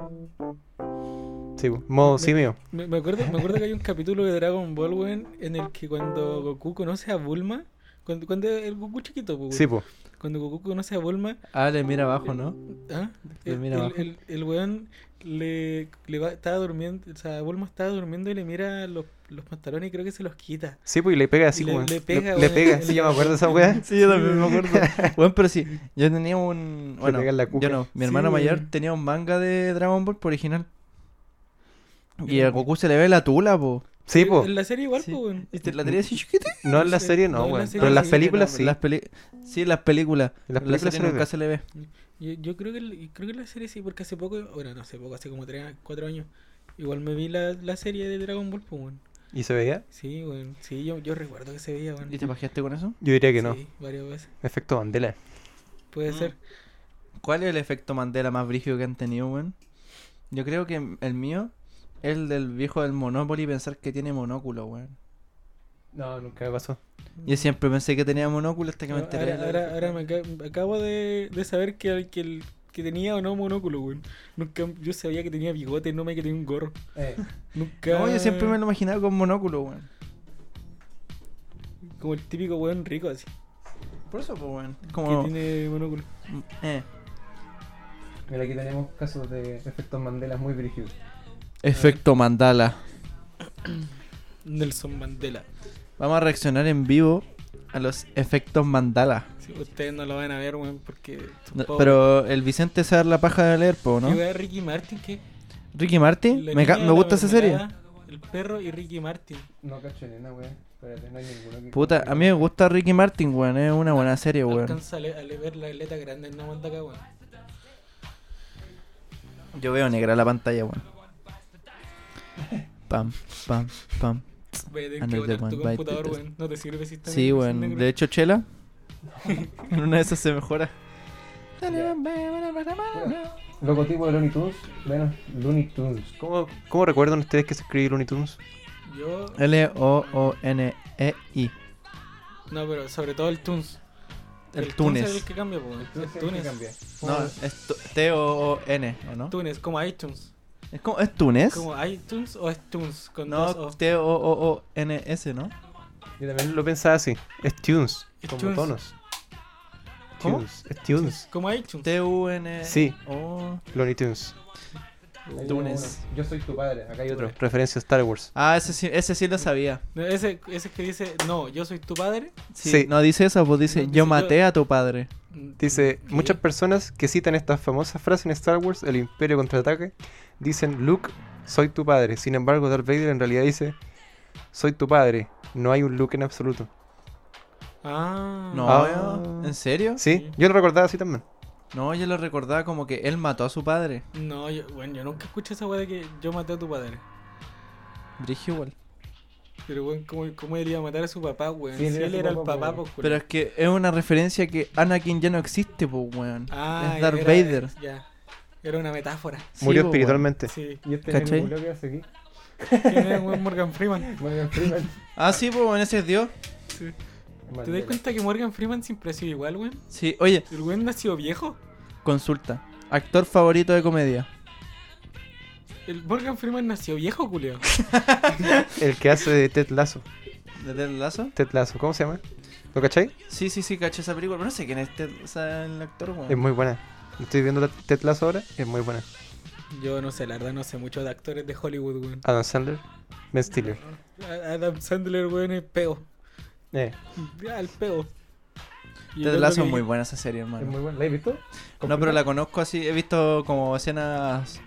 Speaker 2: Sí, po. modo simio.
Speaker 1: Me, me acuerdo, me acuerdo que hay un capítulo de Dragon Ball, weón, en el que cuando Goku conoce a Bulma, cuando, cuando el Goku chiquito, pues,
Speaker 2: Sí, pues.
Speaker 1: cuando Goku conoce a Bulma,
Speaker 3: Ah, le mira abajo, ¿no?
Speaker 1: ¿Ah?
Speaker 3: Le
Speaker 1: El,
Speaker 3: mira
Speaker 1: el-
Speaker 3: abajo.
Speaker 1: el- el weón le, le va, estaba durmiendo, o sea, Bulma estaba durmiendo y le mira los, los pantalones y creo que se los quita.
Speaker 2: Sí, pues, y le pega así,
Speaker 1: Le-
Speaker 2: weón.
Speaker 1: le
Speaker 2: Le
Speaker 1: pega,
Speaker 2: pega,
Speaker 1: weón.
Speaker 2: sí, yo me acuerdo de esa weá.
Speaker 3: Sí, yo también me <laughs> acuerdo. bueno, pero sí, yo tenía un.
Speaker 2: Le
Speaker 3: Bueno,
Speaker 2: pegan la cuca.
Speaker 3: yo no. Mi
Speaker 1: Sí,
Speaker 3: hermano mayor
Speaker 1: weón.
Speaker 3: tenía un manga de Dragon Ball original. Y
Speaker 1: Era
Speaker 3: a Goku se le ve la tula, po.
Speaker 2: <laughs> Sí,
Speaker 1: En-
Speaker 2: pues.
Speaker 1: En la serie igual,
Speaker 3: Sí.
Speaker 1: po, weón.
Speaker 3: Y te la tenía así chiquita.
Speaker 2: No en la
Speaker 1: Sí,
Speaker 2: serie,
Speaker 1: no
Speaker 2: no,
Speaker 1: en la
Speaker 2: weón.
Speaker 1: serie
Speaker 2: Pero en las
Speaker 1: sí que no,
Speaker 2: películas,
Speaker 1: pero
Speaker 2: sí.
Speaker 3: Las peli... Sí, las películas.
Speaker 2: En las
Speaker 3: En la
Speaker 2: películas
Speaker 3: serie
Speaker 2: se le
Speaker 3: nunca
Speaker 2: ve.
Speaker 3: se le ve.
Speaker 1: Yo, yo creo que el- creo que la serie sí, porque hace poco, bueno, no hace poco, hace como 3, 4 años, igual me vi la, la serie de Dragon Ball, po, weón.
Speaker 2: ¿Y se veía?
Speaker 1: Sí, weón. Sí, yo, yo recuerdo que se veía, weón.
Speaker 3: ¿Y te pajeaste con eso?
Speaker 2: Yo diría que no.
Speaker 1: Sí, varias veces.
Speaker 2: Efecto Mandela.
Speaker 1: Puede
Speaker 3: Mm.
Speaker 1: ser.
Speaker 3: ¿Cuál es el efecto Mandela más brígido que han tenido, weón? Yo creo que el mío es el del viejo del Monopoly pensar que tiene monóculo, weón.
Speaker 2: No, nunca me pasó.
Speaker 3: Yo siempre pensé que tenía monóculo hasta que me
Speaker 1: Ahora-
Speaker 3: enteré.
Speaker 1: Ahora, ahora, ahora me ca- me acabo de, de saber que, el- que, el- que tenía o no monóculo, weón. Nunca, yo sabía que tenía bigote, no me que tenía un gorro.
Speaker 2: Eh,
Speaker 1: Nunca.
Speaker 3: No, yo siempre me lo imaginaba con monóculo, weón.
Speaker 1: Como el típico weón rico así.
Speaker 3: Por eso, pues, weón. Como.
Speaker 1: Que tiene monóculo.
Speaker 3: eh,
Speaker 2: Mira, aquí tenemos casos de efectos Mandela muy brígidos.
Speaker 3: Efecto mandala.
Speaker 1: Nelson Mandela.
Speaker 3: Vamos a reaccionar en vivo a los efectos mandala.
Speaker 1: Sí, ustedes no lo van a ver, weón, porque. son
Speaker 3: No,
Speaker 1: pobres.
Speaker 3: Pero el Vicente se da la paja de leer, po, ¿no?
Speaker 1: Y weón, Ricky Martin, que.
Speaker 3: Ricky Martin,
Speaker 1: la
Speaker 3: me, ca-
Speaker 1: niña, la
Speaker 3: me gusta esa serie.
Speaker 1: mermelada, El perro y Ricky Martin.
Speaker 2: No cacho nena, weón. Espérate, no hay ninguno que.
Speaker 3: Puta, a mí me gusta Ricky Martin, weón. Es una buena serie, weón.
Speaker 1: Alcanza a, le- a le- ver la letra grande en la manda acá, weón.
Speaker 3: Yo veo negra la pantalla, weón. Pam, pam, pam.
Speaker 1: Voy a tener que
Speaker 3: Another
Speaker 1: botar
Speaker 3: one
Speaker 1: tu
Speaker 3: bite
Speaker 1: computador,
Speaker 3: the dust.
Speaker 1: weón. No te sirve si está
Speaker 3: Sí,
Speaker 1: negro, si es
Speaker 3: weón.
Speaker 1: negro.
Speaker 3: De hecho,
Speaker 1: <laughs>
Speaker 3: Chela. En una de esas se mejora.
Speaker 2: Logotipo de Looney Tunes. Menos Looney Tunes. ¿Cómo, cómo recuerdan ustedes que se escribe Looney Tunes?
Speaker 1: Yo.
Speaker 3: L-O-O-N-E-I.
Speaker 1: No, pero sobre todo el Tunes.
Speaker 3: El
Speaker 1: Es
Speaker 3: Túnez.
Speaker 1: el que cambia, po, El Tunes.
Speaker 3: No, es tu- T-O-O-N, ¿o no?
Speaker 1: Tunes, como iTunes.
Speaker 3: ¿Es, como, ¿Es Túnez?
Speaker 1: Como iTunes o es Tunes con dos
Speaker 3: No,
Speaker 1: O.
Speaker 3: T-O-O-O-N-S, ¿no?
Speaker 2: Yo también lo pensaba así. Es Tunes.
Speaker 1: Es
Speaker 2: como
Speaker 1: Tunes.
Speaker 2: tonos.
Speaker 3: ¿Cómo?
Speaker 2: Tunes. Es Tunes.
Speaker 1: Como iTunes.
Speaker 3: T-U-N.
Speaker 2: Sí.
Speaker 3: O.
Speaker 2: Looney Tunes.
Speaker 3: Túnez.
Speaker 4: Yo soy tu padre, acá hay otro.
Speaker 2: Referencia a Star Wars.
Speaker 3: Ah, ese sí, ese sí lo sabía.
Speaker 1: No, Ese, ese que dice, no, yo soy tu padre.
Speaker 3: Sí.
Speaker 2: Sí.
Speaker 3: No dice eso, pues dice,
Speaker 1: No, dice
Speaker 3: yo
Speaker 1: yo-
Speaker 3: maté a tu padre.
Speaker 2: Dice,
Speaker 1: ¿Qué?
Speaker 2: muchas personas que citan esta famosa frase en Star Wars, el Imperio contraataque, dicen, Luke, soy tu padre. Sin embargo, Darth Vader en realidad dice, soy tu padre. No hay un Luke en absoluto.
Speaker 1: Ah.
Speaker 3: No,
Speaker 2: Ah.
Speaker 3: weón, ¿en serio?
Speaker 2: Sí,
Speaker 1: Sí.
Speaker 2: yo lo recordaba así también.
Speaker 3: No, yo lo recordaba como que él mató a su padre.
Speaker 1: No, yo, bueno, yo nunca escuché esa weá de que yo maté a tu padre.
Speaker 3: Brigio igual.
Speaker 1: Pero, weón, ¿cómo, ¿cómo él iba a matar a su papá, weón?
Speaker 4: Sí, él
Speaker 1: si
Speaker 4: era
Speaker 1: él
Speaker 4: su
Speaker 1: era el
Speaker 4: papá,
Speaker 1: papá,
Speaker 4: weón.
Speaker 1: pues, culo.
Speaker 3: Pero es que es una referencia que Anakin ya no existe, pues, weón.
Speaker 1: Ah,
Speaker 3: es Darth
Speaker 1: era-
Speaker 3: Vader.
Speaker 1: Ya. Era una metáfora.
Speaker 3: Sí,
Speaker 2: Murió
Speaker 3: po,
Speaker 2: espiritualmente.
Speaker 4: <laughs>
Speaker 1: Sí.
Speaker 4: Y este
Speaker 3: ¿Cachai?
Speaker 4: es el que hace aquí.
Speaker 1: ¿Quién era, weón, Morgan Freeman?
Speaker 4: Morgan Freeman.
Speaker 3: weón. Ah, sí, pues, weón, ese es Dios.
Speaker 1: Sí. ¿Te das
Speaker 4: Mandela.
Speaker 1: cuenta que Morgan Freeman siempre ha sido igual, weón?
Speaker 3: Sí, oye,
Speaker 1: ¿El weón nació viejo?
Speaker 3: consulta. Actor favorito de comedia.
Speaker 1: El Morgan Freeman nació viejo, culeo.
Speaker 2: El que hace de Ted Lasso.
Speaker 3: ¿De Ted Lazo?
Speaker 2: Ted Lasso, ¿cómo se llama? ¿Lo cachai?
Speaker 3: Sí, sí, sí, caché esa película, pero no sé quién es Ted- o sea, el actor, weón.
Speaker 2: Es muy buena. Estoy viendo la Ted Lasso ahora, es muy buena.
Speaker 1: Yo no sé, la verdad no sé mucho de actores de Hollywood, weón.
Speaker 2: Adam Sandler, Ben Stiller.
Speaker 1: A- Adam Sandler, weón, es peo.
Speaker 2: Eh,
Speaker 1: Ya, el peo. Y el
Speaker 3: Ted
Speaker 1: otro
Speaker 3: Lasso
Speaker 1: que-
Speaker 3: es muy buena esa serie, hermano.
Speaker 2: es muy buena. ¿La has visto?
Speaker 3: No, pero la conozco así, he visto como escenas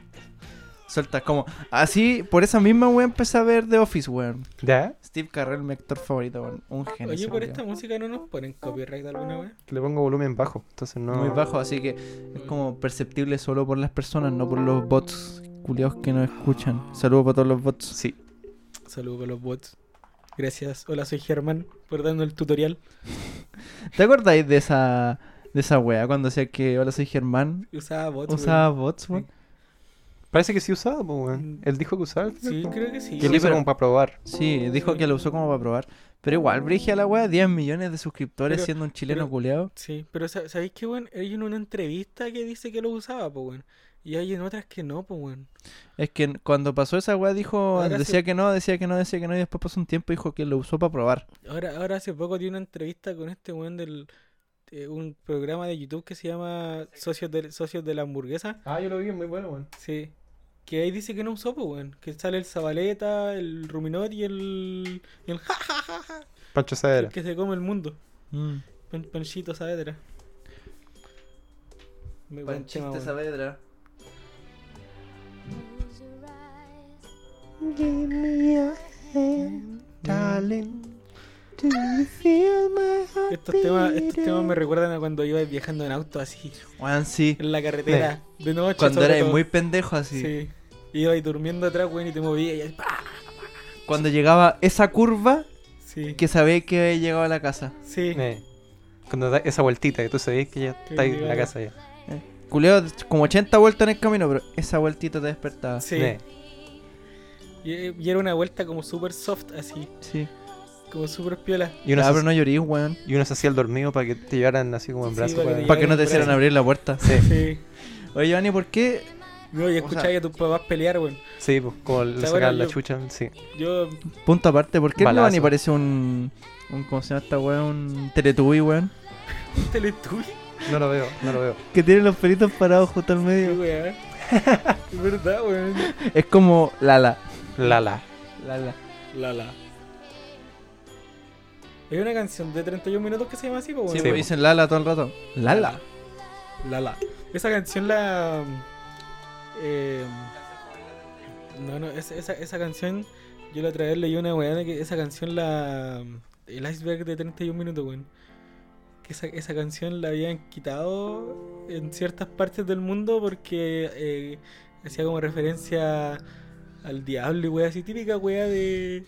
Speaker 3: sueltas, como así, por esa misma weón empecé a ver The Office, weón.
Speaker 2: ¿Ya?
Speaker 3: Steve Carrell, mi actor favorito, weón. Un genio.
Speaker 1: Oye,
Speaker 3: ese
Speaker 1: por
Speaker 3: weón.
Speaker 1: esta música no nos ponen copyright alguna vez.
Speaker 2: Le pongo volumen bajo, entonces no...
Speaker 3: Muy bajo, así que es como perceptible solo por las personas, no por los bots culiados que no escuchan. Saludos para todos los bots.
Speaker 2: Sí.
Speaker 1: Saludos con los bots. Gracias. Hola, soy Germán por darnos el tutorial.
Speaker 3: ¿Te acordáis de esa de esa wea cuando decía que hola soy Germán?
Speaker 1: Usaba bots.
Speaker 3: Usaba bots, weón.
Speaker 2: Parece que sí usaba, pues, weón. Él dijo que usaba. al
Speaker 1: weón.
Speaker 2: final,
Speaker 1: Mm. Sí,
Speaker 2: po.
Speaker 1: creo que sí.
Speaker 2: Que lo hizo
Speaker 3: pero-
Speaker 2: como para probar.
Speaker 3: Sí, dijo que lo usó como para probar. Pero igual, Brigia la wea, 10 millones de suscriptores
Speaker 1: Pero-
Speaker 3: siendo un chileno
Speaker 1: pero-
Speaker 3: culeado.
Speaker 1: Sí, pero sa- ¿sabéis qué, weón? Hay en una entrevista que dice que lo usaba, pues, weón. Y hay en otras que no, pues, weón.
Speaker 3: Es que n- cuando pasó esa weá dijo,
Speaker 1: Ahora
Speaker 3: decía
Speaker 1: sí.
Speaker 3: que no, decía que no, decía que no, y después pasó un tiempo y dijo que lo usó para probar.
Speaker 1: Ahora, ahora hace poco di una entrevista con este weón del. eh, un programa de YouTube que se llama Socios de, Socios de la Hamburguesa.
Speaker 2: Ah, yo lo vi, es muy bueno, weón.
Speaker 1: Sí. Que ahí dice que no usó, pues, weón. Que sale el Zabaleta, el Ruminot y el. Y el ja, ja, ja, ja,
Speaker 2: Pancho
Speaker 1: el
Speaker 2: Saavedra.
Speaker 1: que se come el mundo. Mm. Pan- Panchito Saavedra. Muy buen tema, weón.
Speaker 3: Saavedra.
Speaker 1: Mm. Estos temas, estos temas me recuerdan a cuando iba viajando en auto así, <laughs>
Speaker 3: Weón, sí.
Speaker 1: en la carretera, de noche.
Speaker 3: Cuando
Speaker 1: sobre
Speaker 3: erais
Speaker 1: todo.
Speaker 3: muy pendejo así.
Speaker 1: Sí. Iba ahí durmiendo atrás, weón, y te movía y ahí, ¡pa!
Speaker 3: Cuando llegaba esa curva
Speaker 1: Sí.
Speaker 3: que sabía que había llegado a la casa.
Speaker 1: Sí.
Speaker 2: Eh, Cuando da esa vueltita, que tú sabías que ya
Speaker 1: Que
Speaker 2: está ahí en la
Speaker 1: llegaba.
Speaker 2: casa ya.
Speaker 3: Culeo como 80 vueltas en el camino, pero esa vueltita te despertaba.
Speaker 1: Sí.
Speaker 2: Eh,
Speaker 1: Y, y era una vuelta como super soft, así,
Speaker 3: Sí.
Speaker 1: como super piola.
Speaker 2: Y, uno
Speaker 3: Ah,
Speaker 2: se-
Speaker 3: pero no llorís, weón.
Speaker 2: y uno se hacía el dormido para que te llevaran así como en
Speaker 1: Sí,
Speaker 2: brazos.
Speaker 1: para que
Speaker 2: weón.
Speaker 1: te
Speaker 3: Para que no te
Speaker 1: por ahí.
Speaker 3: hicieran abrir la puerta.
Speaker 1: Sí.
Speaker 3: Oye, Giovanni, ¿por qué?
Speaker 1: No, y escuchaba
Speaker 3: O sea-
Speaker 1: a tus papás pelear, weón.
Speaker 2: Sí, pues, como le
Speaker 1: sea,
Speaker 2: sacaban
Speaker 1: bueno,
Speaker 2: la
Speaker 1: yo-
Speaker 2: chucha, sí.
Speaker 1: Yo, <laughs>
Speaker 3: Punto aparte, ¿por qué el
Speaker 2: Balazo.
Speaker 3: Giovanni parece un, un. ¿Cómo se llama esta weón? Un Teletubby, weón.
Speaker 1: Teletubby,
Speaker 2: No lo veo, no lo veo.
Speaker 3: Que tiene los pelitos parados justo al medio. <laughs>
Speaker 1: weón. Es verdad, weón.
Speaker 3: Es como Lala.
Speaker 2: Lala.
Speaker 3: Lala.
Speaker 1: Lala. Hay una canción de 31 minutos que se llama así, po,
Speaker 3: Sí,
Speaker 1: weón.
Speaker 2: Sí,
Speaker 3: pues
Speaker 2: po.
Speaker 3: dicen Lala todo el rato. Lala.
Speaker 1: Lala. Esa canción la. eh, no, no, esa, esa, esa canción. Yo la otra vez leí una weá de que esa canción la. El iceberg de 31 minutos, weón. Que esa, esa canción la habían quitado en ciertas partes del mundo porque eh, hacía como referencia al diablo y weá así, típica weá de.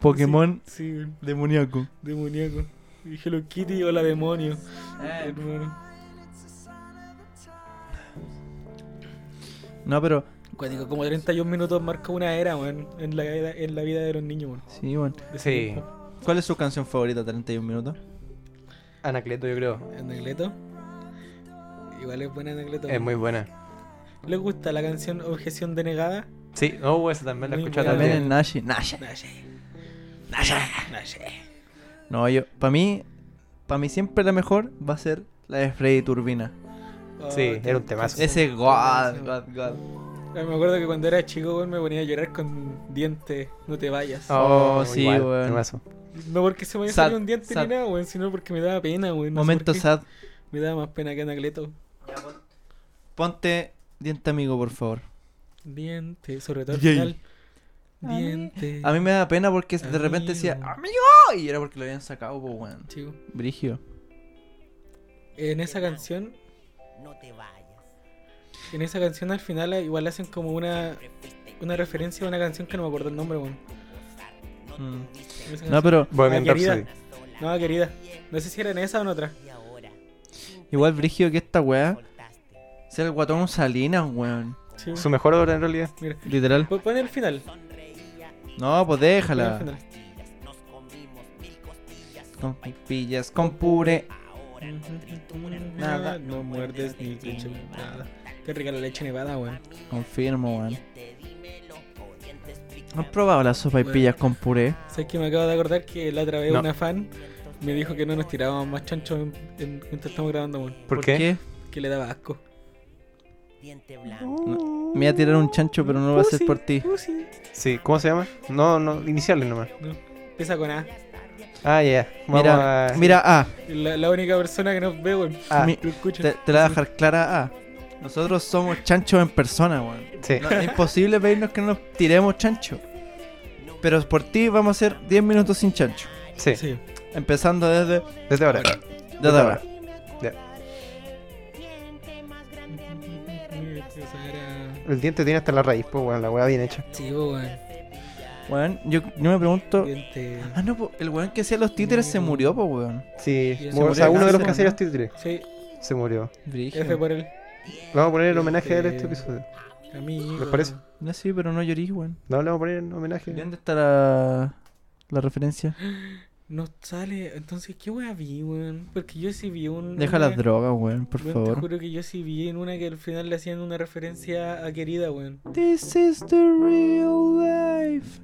Speaker 3: Pokémon
Speaker 1: Sí, weón,
Speaker 3: demoníaco.
Speaker 1: demoníaco. Y Hello Kitty o la demonio.
Speaker 3: Eh.
Speaker 1: Hermano.
Speaker 3: No, pero.
Speaker 1: Cuático, como 31 minutos marca una era, weón, en la, vida- en la vida de los niños, weón.
Speaker 3: Sí, bueno.
Speaker 1: De ese
Speaker 2: Sí.
Speaker 1: tiempo.
Speaker 3: ¿Cuál es su canción favorita, 31 minutos?
Speaker 2: Anacleto, yo creo.
Speaker 1: Anacleto. Igual es buena Anacleto.
Speaker 2: Es muy buena.
Speaker 1: ¿Le gusta la canción Objeción Denegada?
Speaker 2: Sí, no, esa también la
Speaker 1: Muy
Speaker 2: escuchaba
Speaker 1: buena.
Speaker 3: También es
Speaker 2: también.
Speaker 3: Nashi. Nashi.
Speaker 1: No sé, no sé.
Speaker 3: No, yo. Para mí. Para mí siempre la mejor va a ser la de Freddy Turbina.
Speaker 1: Oh,
Speaker 2: Sí,
Speaker 1: te-
Speaker 2: era un temazo.
Speaker 3: Ese God, God, God.
Speaker 1: Ay, Me acuerdo que cuando era chico, weón, me ponía a llorar con dientes. No te vayas.
Speaker 3: Oh, sí,
Speaker 2: igual,
Speaker 3: weón.
Speaker 2: temazo.
Speaker 1: No porque se me haya
Speaker 3: Sad,
Speaker 1: salido un diente
Speaker 3: sad.
Speaker 1: ni nada, weón, sino porque me daba pena, weón. no sé
Speaker 3: Momento
Speaker 1: por qué.
Speaker 3: sad.
Speaker 1: Me daba más pena que Anacleto.
Speaker 3: Ponte diente amigo, por favor.
Speaker 1: Diente, sobre todo al
Speaker 3: DJ.
Speaker 1: final. Diente.
Speaker 3: A mí me da pena porque de repente decía
Speaker 1: Amigo.
Speaker 3: amigo y era porque lo habían sacado, pues, weón.
Speaker 1: Chico.
Speaker 3: Brigio.
Speaker 1: En esa canción
Speaker 6: No te vayas.
Speaker 1: En esa canción al final eh, igual hacen como una una referencia a una canción que no me acuerdo el nombre, weón.
Speaker 3: Mm.
Speaker 1: En esa
Speaker 3: No, pero
Speaker 2: Bohemian
Speaker 1: Ah, querida.
Speaker 2: Rhapsody.
Speaker 1: canción- No, querida. No sé si era en esa o en otra.
Speaker 6: Y ahora
Speaker 3: igual Brigio que esta
Speaker 2: ¿Ah?
Speaker 3: weá
Speaker 6: soltaste.
Speaker 3: sea el guatón Salinas, weón.
Speaker 1: Sí,
Speaker 2: Su mejor obra en realidad.
Speaker 3: Literal.
Speaker 1: Pon pon el final.
Speaker 3: No,
Speaker 1: pon
Speaker 3: pues
Speaker 1: el
Speaker 3: déjala.
Speaker 1: final.
Speaker 6: Nos comimos mil costillas.
Speaker 3: Con pillas, con puré.
Speaker 6: Ahora no trituras
Speaker 1: Nada, no muerdes ni leche nada. Qué rica la leche nevada, weón.
Speaker 3: Confirmo, weón.
Speaker 6: Te dímelo o bien te explico.
Speaker 3: ¿No ¿Has probado la sopa y pillas con puré?
Speaker 1: Sabes que me acabo de acordar que la otra vez
Speaker 2: No.
Speaker 1: una fan me dijo que no nos tirábamos más chanchos en- en- mientras estamos grabando, weón.
Speaker 2: ¿Por, qué?
Speaker 1: Que le daba asco.
Speaker 6: Diente blanco.
Speaker 3: Me voy a tirar un chancho, pero no lo va a hacer por ti.
Speaker 1: Pussy.
Speaker 2: Sí, ¿cómo se llama? No, no, iniciales nomás.
Speaker 1: No, empieza con A.
Speaker 2: Ah, ya. Vamos
Speaker 3: Mira,
Speaker 2: a-
Speaker 3: mira A.
Speaker 1: La, la única persona que nos ve, weón.
Speaker 2: Ah,
Speaker 3: Mi-
Speaker 1: Lo escucha.
Speaker 3: te, te la voy a dejar clara A. Nosotros somos chanchos en persona, weón.
Speaker 2: sí.
Speaker 3: No, es imposible pedirnos que no nos tiremos chancho. Pero por ti vamos a hacer 10 minutos sin chancho.
Speaker 2: sí,
Speaker 1: Sí.
Speaker 3: Empezando desde,
Speaker 2: Desde ahora.
Speaker 3: desde ahora.
Speaker 1: Esa era-
Speaker 2: El diente tiene hasta la raíz, pues, weón, la weá bien hecha.
Speaker 1: Sí, weón.
Speaker 3: Weón, yo, yo me pregunto.
Speaker 1: Diente.
Speaker 3: Ah, no, po, el weón que hacía los títeres
Speaker 2: Mm.
Speaker 3: se murió, po, weón.
Speaker 2: Sí,
Speaker 1: Y se
Speaker 2: bueno, o
Speaker 1: murió
Speaker 2: sea,
Speaker 1: de
Speaker 2: uno de los
Speaker 1: cáncer,
Speaker 2: caseros
Speaker 3: ¿no?
Speaker 2: títeres
Speaker 1: Sí,
Speaker 2: se murió.
Speaker 1: F
Speaker 3: Brígido.
Speaker 1: por él.
Speaker 2: Vamos a poner el homenaje de
Speaker 1: Diente-
Speaker 2: este episodio.
Speaker 1: A mí.
Speaker 2: ¿Les parece?
Speaker 3: No, sí, pero no llorís, weón.
Speaker 2: No le vamos a poner el homenaje.
Speaker 3: ¿Y dónde está la, la referencia?
Speaker 1: No sale. Entonces, ¿qué weá vi, weón? Porque yo sí vi un.
Speaker 3: Deja
Speaker 1: una-
Speaker 3: las drogas, weón, por
Speaker 1: Weón, Te
Speaker 3: favor.
Speaker 1: juro que yo sí vi en una que al final le hacían una referencia a querida, weón.
Speaker 3: This is the real life.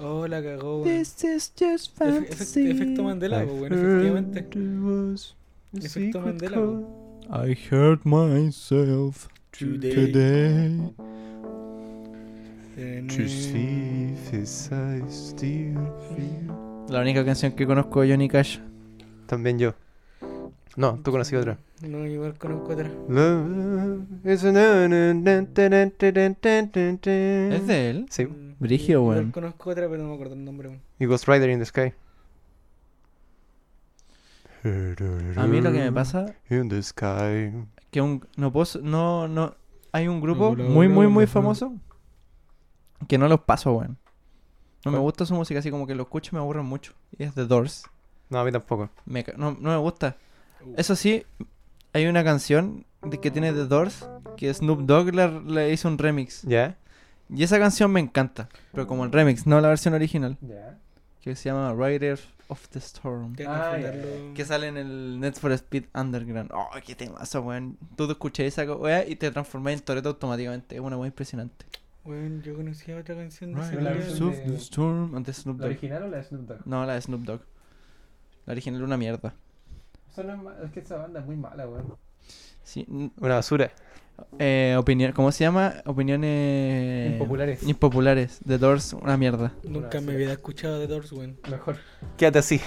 Speaker 1: Oh, la cagó, weón.
Speaker 3: This is just
Speaker 1: Efe- efe-
Speaker 3: fantasy.
Speaker 1: efecto Mandela,
Speaker 2: Life.
Speaker 1: po, weón, efectivamente.
Speaker 2: Efecto
Speaker 1: Efecto Mandela, po.
Speaker 3: I hurt myself
Speaker 1: Today.
Speaker 3: today.
Speaker 1: Eh,
Speaker 2: To see if I still feel.
Speaker 3: La única canción que conozco de Johnny Cash.
Speaker 2: También yo. No, tú conocí otra.
Speaker 1: No, igual conozco otra.
Speaker 2: Love is a- ¿Es
Speaker 3: ¿Es de él?
Speaker 2: Sí,
Speaker 1: Mm,
Speaker 3: Brígido,
Speaker 1: igual
Speaker 3: weón.
Speaker 1: conozco otra, pero no me acuerdo el nombre, weón.
Speaker 2: y Ghost Rider in the Sky.
Speaker 3: A mí lo que me pasa
Speaker 2: In the sky.
Speaker 3: es que un, no puedo, s- no, no, hay un grupo
Speaker 1: Hola,
Speaker 3: muy,
Speaker 1: hola,
Speaker 3: muy, muy
Speaker 1: hola.
Speaker 3: famoso que no los paso, weón. No me
Speaker 2: ¿Cuál?
Speaker 3: gusta su música, así como que lo escucho y me aburren mucho. Y es The Doors.
Speaker 2: No, a mí tampoco.
Speaker 3: Me ca- no, no me gusta. Eso sí, hay una canción de que tiene The Doors que Snoop Dogg la- le hizo un remix.
Speaker 2: ¿Ya?
Speaker 3: Y esa canción me encanta, pero como el remix, no la versión original,
Speaker 4: Ya.
Speaker 3: que se llama Rider of the Storm.
Speaker 1: Tengo
Speaker 4: Ah,
Speaker 1: que
Speaker 4: ya,
Speaker 1: fundarlo.
Speaker 3: Que sale en el Net for Speed Underground. Oh, qué temazo, weón. Tú te escuchás esa co- weá y te transformás en Toreto automáticamente. Es una weá impresionante.
Speaker 1: Weón, yo conocía otra canción de ese
Speaker 4: la
Speaker 1: weón.
Speaker 4: versión
Speaker 3: Riders of
Speaker 4: de-
Speaker 3: the Storm and the Snoop
Speaker 4: ¿La
Speaker 3: Dogg.
Speaker 4: original o la de Snoop Dogg?
Speaker 3: No, la de Snoop Dogg. La original era una mierda.
Speaker 4: Eso no es, ma- es que esa banda es muy mala, weón.
Speaker 3: Sí. n-
Speaker 2: Una basura.
Speaker 3: Eh, opinión, ¿Cómo se llama?
Speaker 2: Eh,
Speaker 3: Opiniones...
Speaker 4: Impopulares.
Speaker 3: Impopulares. The Doors, una mierda.
Speaker 1: Nunca me había escuchado de Doors, weón.
Speaker 4: Mejor.
Speaker 2: Quédate así.